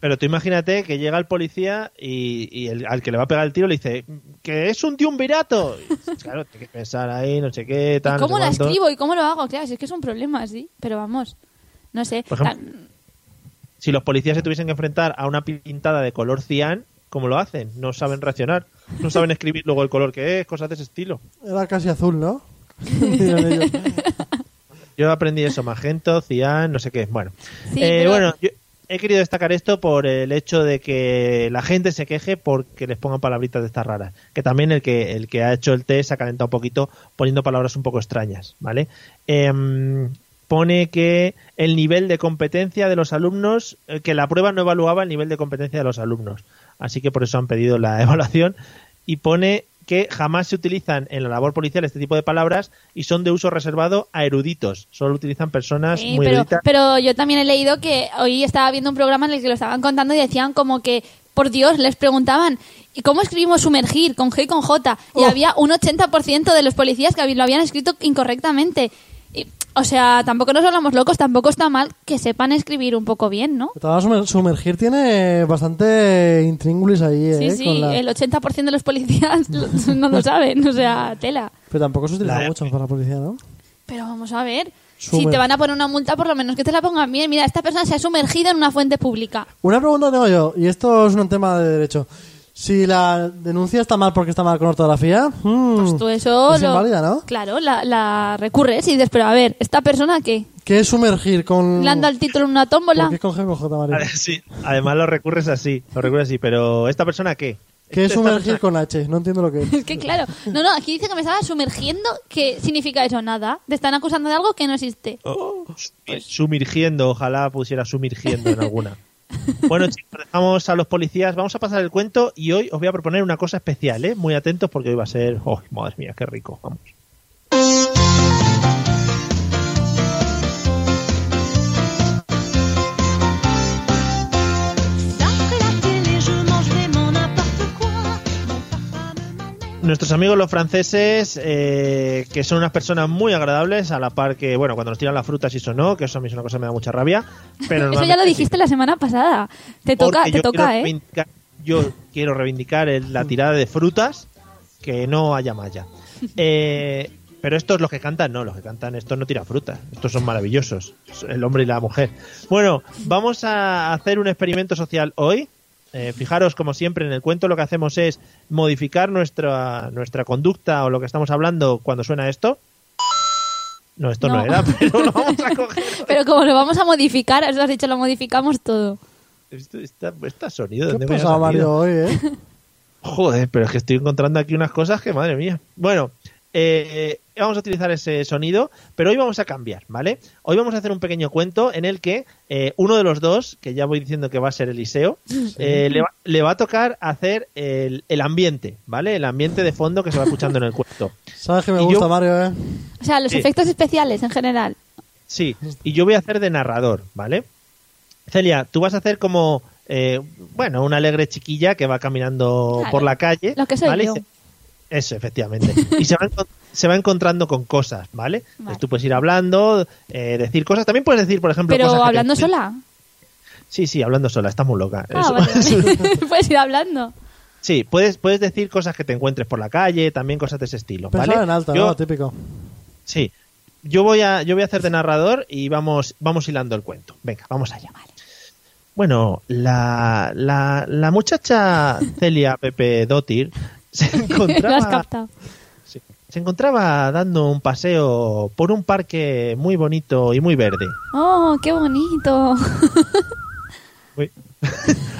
A: Pero tú imagínate que llega el policía y, y el- al que le va a pegar el tiro le dice que es un triunvirato. Y, pues, claro, tiene que pensar ahí, no sé qué, tal. no
B: ¿Cómo
A: sé
B: la
A: cuánto.
B: escribo y cómo lo hago? Claro, si es que es un problema, sí, pero vamos. No sé.
A: Por ejemplo,
B: Tan-
A: Si los policías se tuviesen que enfrentar a una pintada de color cian, ¿cómo lo hacen? No saben reaccionar, no saben escribir luego el color que es, cosas de ese estilo.
C: Era casi azul, ¿no? Dirían ellos.
A: Yo aprendí eso, magento, cian, no sé qué. Bueno,
B: Sí,
A: Eh,
B: pero-
A: bueno yo he querido destacar esto por el hecho de que la gente se queje porque les pongan palabritas de estas raras. Que también el que, el que ha hecho el test se ha calentado un poquito poniendo palabras un poco extrañas, ¿vale? Em, pone que el nivel de competencia de los alumnos, eh, que la prueba no evaluaba el nivel de competencia de los alumnos. Así que por eso han pedido la evaluación. Y pone que jamás se utilizan en la labor policial este tipo de palabras y son de uso reservado a eruditos. Solo utilizan personas
B: Sí,
A: muy
B: pero,
A: eruditas.
B: pero yo también he leído que hoy estaba viendo un programa en el que lo estaban contando y decían como que, por Dios, les preguntaban, ¿y cómo escribimos sumergir con G y con J? Y había un 80% de los policías que habi- lo habían escrito incorrectamente. Y, o sea, tampoco nos volvamos locos, tampoco está mal que sepan escribir un poco bien, ¿no?
C: Te vas a sumer- sumergir tiene bastante intríngulis ahí, ¿eh?
B: Sí, sí,
C: Con la-
B: el 80% de los policías lo- no lo saben, o sea, tela.
C: Pero tampoco se utiliza
A: La-
C: mucho para la policía, ¿no?
B: Pero vamos a ver, si
C: Sumer-
B: te van a poner una multa, por lo menos que te la pongan bien. Mira, esta persona se ha sumergido en una fuente pública.
C: Una pregunta tengo yo, y esto es un tema de derecho. Si la denuncia está mal porque está mal con ortografía, mm,
B: pues Tú eso
C: es
B: lo-
C: inválida, ¿no?
B: Claro, la, la recurres y dices, pero a ver, ¿esta persona qué?
C: ¿Qué es sumergir con...?
B: ¿Le han dado el título en una
C: Mm. ¿Por
B: tómbola?
C: qué con G con J, María?
A: Ade- sí, además lo recurres así, lo recurres así, pero ¿esta persona qué?
C: ¿Qué es
A: Esta
C: sumergir
A: persona-
C: con H? No entiendo lo que es.
B: Es que claro, no, no, aquí dice que me estaba sumergiendo, ¿qué significa eso? Nada, te están acusando de algo que no existe.
A: Oh,
B: Pues,
A: sumir- sumirgiendo, ojalá pusiera sumirgiendo en alguna. Bueno, chicos, dejamos a los policías, vamos a pasar el cuento y hoy os voy a proponer una cosa especial, ¿eh? Muy atentos porque hoy va a ser... ¡Oh, madre mía, qué rico! Vamos. Nuestros amigos los franceses, eh, que son unas personas muy agradables, a la par que, bueno, cuando nos tiran las frutas y eso no, que eso a mí es una cosa que me da mucha rabia. Pero
B: Eso ya lo
A: normalmente sí.
B: dijiste la semana pasada. Te toca,
A: Porque
B: te
A: yo
B: toca,
A: quiero
B: ¿eh? Mm.
A: reivindicar- yo quiero reivindicar el- la tirada de frutas, que no haya malla. Eh, pero estos, los que cantan, no, los que cantan, estos no tiran frutas. Estos son maravillosos, el hombre y la mujer. Bueno, vamos a hacer un experimento social hoy. Eh, fijaros, como siempre, en el cuento lo que hacemos es modificar nuestra, nuestra conducta o lo que estamos hablando cuando suena esto. No, esto no,
B: No.
A: era, pero lo vamos a coger.
B: Pero como lo vamos a modificar, eso has dicho, lo modificamos todo.
A: Esto, está, está sonido,
C: ¿Qué
A: ¿dónde
C: ha
A: me ha
C: pasado,
A: salido?
C: Mario, hoy, eh?
A: Joder, pero es que estoy encontrando aquí unas cosas que madre mía. Bueno, eh, vamos a utilizar ese sonido, pero hoy vamos a cambiar, ¿vale? Hoy vamos a hacer un pequeño cuento en el que eh, uno de los dos, que ya voy diciendo que va a ser Eliseo, eh, le, va, le va a tocar hacer el, el ambiente, ¿vale? El ambiente de fondo que se va escuchando en el cuento.
C: Sabes que me
A: Y yo-
C: gusta, Mario, eh.
B: O sea, los
A: Sí.
B: efectos especiales en general.
A: Sí, y yo voy a hacer de narrador, ¿vale? Celia, tú vas a hacer como, eh, bueno, una alegre chiquilla que va caminando
B: Claro,
A: por la calle.
B: lo que soy
A: ¿vale? Y
B: yo.
A: se- Eso, efectivamente. Y se va, encon- se va encontrando con cosas, ¿vale? Entonces
B: Vale.
A: tú puedes ir hablando, eh, decir cosas. También puedes decir, por ejemplo, cosas
B: Pero
A: que te-
B: hablando sola.
A: Sí, sí, hablando sola, está muy loca.
B: Ah,
A: Eso.
B: vale, vale. Puedes ir hablando.
A: Sí, puedes, puedes decir cosas que te encuentres por la calle, también cosas de ese estilo,
C: Pensaba
A: ¿vale?
C: en alta,
A: Yo-
C: ¿no? Típico.
A: Sí. Yo voy a, yo voy a hacer de narrador y vamos, vamos hilando el cuento. Venga, vamos allá. Bueno, la, la, la muchacha Celia Pepe Dótir se
B: Lo has
A: encontraba,
B: captado.
A: sí, se encontraba dando un paseo por un parque muy bonito y muy verde.
B: Oh, qué bonito.
A: Uy.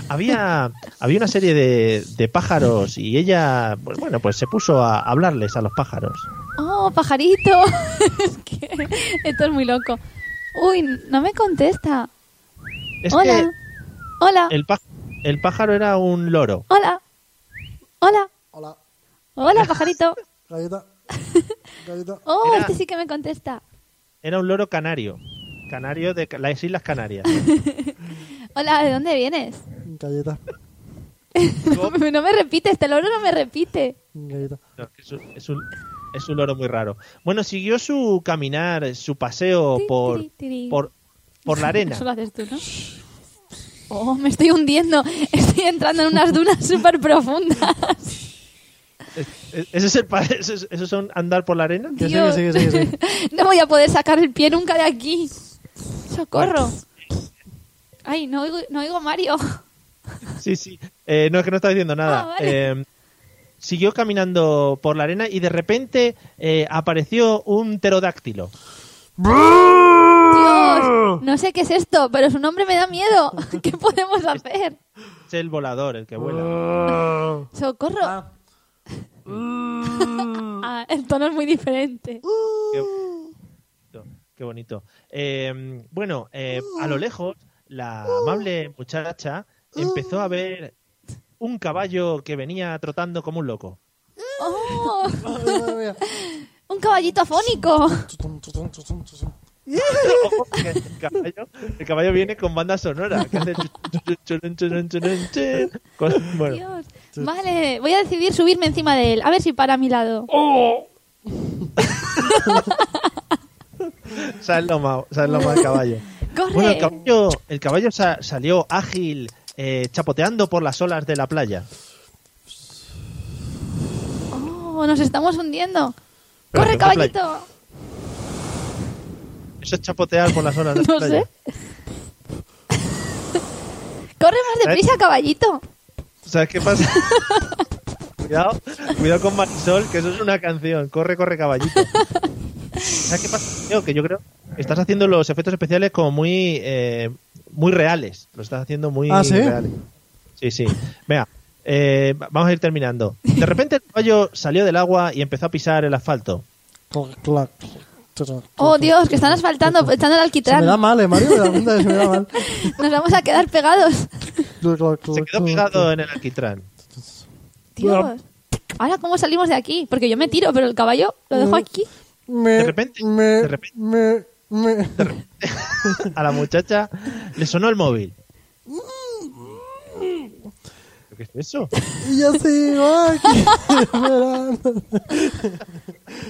A: había, había una serie de, de pájaros y ella, pues bueno, pues se puso a hablarles a los pájaros.
B: Oh, pajarito. Es que esto es muy loco. Uy, no me contesta.
A: Es
B: Hola. Hola.
A: que el, pá- el pájaro era un loro.
B: Hola. Hola.
C: Hola,
B: Hola, pajarito.
C: galleta. Galleta.
B: Oh,
A: Era-
B: este sí que me contesta.
A: Era un loro canario. Canario de ca- las Islas Canarias.
B: Hola, ¿de dónde vienes?
C: Galleta.
B: No me- no me repite, este loro no me repite.
C: Galleta.
A: No, es, un, es un- es un loro muy raro. Bueno, siguió su caminar, su paseo
B: Ti,
A: por,
B: tiri, tiri.
A: por, por la arena.
B: Eso lo haces tú, ¿no? Oh, me estoy hundiendo. Estoy entrando en unas dunas súper profundas.
A: Es- es- ¿Eso es, el pa- eso es- eso es un andar por la arena?
C: Que sí,
B: Dios.
C: que sí, que sí, que sí.
B: No voy a poder sacar el pie nunca de aquí. ¡Socorro! Ay, no oigo, no oigo a Mario.
A: Sí, sí. Eh, no, es que no estaba diciendo nada.
B: Ah, vale.
A: Eh, siguió caminando por la arena y de repente eh, apareció un pterodáctilo.
B: Dios, no sé qué es esto, pero su nombre me da miedo. ¿Qué podemos hacer?
A: Es el volador, el que vuela.
B: ¡Socorro! Ah, el tono es muy diferente.
A: Qué bonito. qué bonito. Eh, bueno, eh, a
B: Ah.
A: lo lejos, la amable
B: Ah.
A: muchacha empezó a ver un caballo que venía trotando como un loco.
B: ¡Oh!
C: Ay, madre mía.
B: ¡Un caballito afónico!
C: Tutum, tutum, tutum, tutum.
A: Ojo, que El caballo, el caballo viene con banda sonora. que hace chu- chu- chu- churun, churun, churun, chin. Con- bueno,
B: Dios. Vale, voy a decidir subirme encima de él. A ver si para a mi lado.
A: se ha enlomado se ha enlomado el caballo.
B: ¡Corre!
A: Bueno, el caballo, el caballo sa- salió ágil, eh, chapoteando por las olas de la playa.
B: Oh, nos estamos hundiendo.
A: Pero
B: ¡Corre,
A: que no es
B: caballito!
A: Eso es chapotear por las olas de la
B: No
A: playa.
B: sé. ¡Corre
C: ¿Eh?
B: más deprisa, caballito!
A: ¿Sabes qué pasa? cuidado, cuidado con Marisol, que eso es una canción. Corre, corre, caballito. ¿Sabes qué pasa? Creo que yo creo que estás haciendo los efectos especiales como muy, eh, muy reales. Lo estás haciendo muy
C: Ah, ¿sí?
A: reales. Sí, sí. Venga, eh, vamos a ir terminando. De repente el caballo salió del agua y empezó a pisar el asfalto.
C: Clac, clac, clac,
B: ¡Oh,
C: clac.
B: Dios! Que están asfaltando, echando el
C: Se me da
B: alquitrán.
C: mal, eh, Mario. Me da cuenta que se me da mal.
B: Nos vamos a quedar pegados.
C: Clac, clac, clac,
A: Se quedó
C: clac,
A: pegado en el alquitrán.
B: Dios. Ahora, ¿cómo salimos de aquí? Porque yo me tiro, pero el caballo lo
C: Mm.
B: dejo aquí.
C: Me,
A: De repente,
C: me,
A: de repente.
C: me, me.
A: A la muchacha le sonó el móvil. ¿qué es eso?
C: Y yo sigo aquí esperando.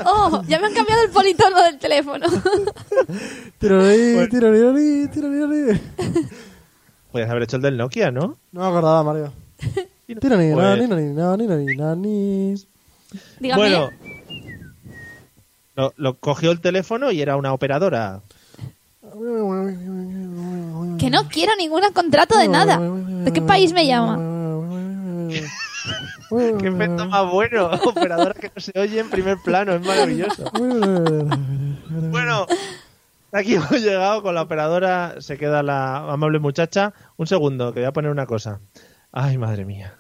B: ¡Oh! Ya me han cambiado el politono del teléfono.
C: Tirorí, tirorí, tirorí.
A: Podrías haber hecho el del Nokia, ¿no?
C: No me acordaba, Mario. Tirorí, no,
A: Pues-
C: ni, no, ni, no, ni, no, ni, no, ni.
B: Dígame.
A: Bueno, lo, lo cogió el teléfono y era una operadora.
B: Que no quiero ningún contrato de nada. ¿De qué país me llama?
C: Mm.
A: ¡Qué efecto más bueno! Operadora que no se oye en primer plano, es maravilloso. Bueno, hasta aquí hemos llegado con la operadora. Se queda la amable muchacha. Un segundo, que voy a poner una cosa. Ay, madre mía.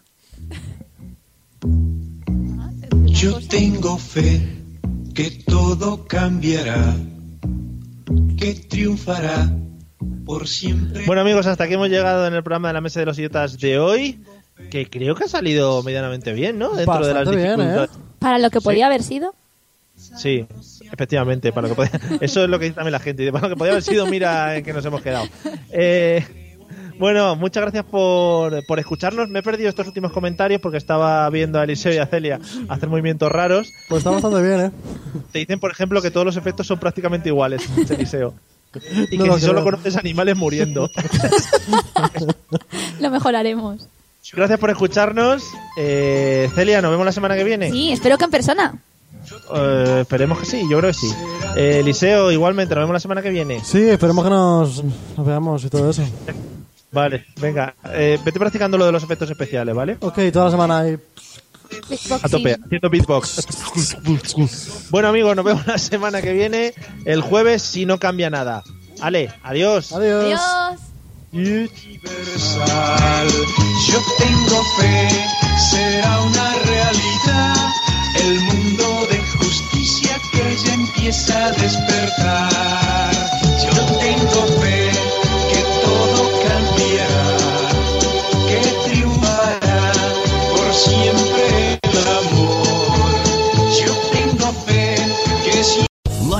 E: Yo tengo fe que todo cambiará, que triunfará por siempre.
A: Bueno, amigos, hasta aquí hemos llegado en el programa de la Mesa de los Idiotas de hoy. Que creo que ha salido medianamente bien, ¿no? Dentro de las
C: Bastante bien, ¿eh?
A: dificultades.
B: Para lo que podía haber sido.
A: Sí, efectivamente, para lo que podía- eso es lo que dice también la gente, dice, para lo que podía haber sido, mira en que nos hemos quedado. Eh, bueno, muchas gracias por, por escucharnos. Me he perdido estos últimos comentarios porque estaba viendo a Eliseo y a Celia hacer movimientos raros.
C: Pues está bastante bien, ¿eh?
A: Te dicen, por ejemplo, que todos los efectos son prácticamente iguales, Eliseo. Y
C: No
A: que
C: lo
A: si solo
C: creo.
A: conoces animales muriendo.
B: Lo mejoraremos.
A: Gracias por escucharnos. Eh, Celia, nos vemos la semana que viene.
B: Sí, espero que en persona.
A: Eh, esperemos que sí, yo creo que sí. Eh, Eliseo, igualmente, nos vemos la semana que viene.
C: Sí, esperemos que nos, nos veamos y todo eso.
A: Vale, venga, eh, vete practicando lo de los efectos especiales, ¿vale?
C: Ok, toda la semana ahí.
A: A tope, haciendo beatbox. bueno, amigos, nos vemos la semana que viene, el jueves, si no cambia nada. Ale, adiós.
C: Adiós.
B: Adiós.
E: universal. Yo tengo fe, será una realidad. El mundo de justicia que ya empieza a despertar. Yo tengo fe que todo cambiará, que triunfará por siempre el amor. Yo tengo fe que si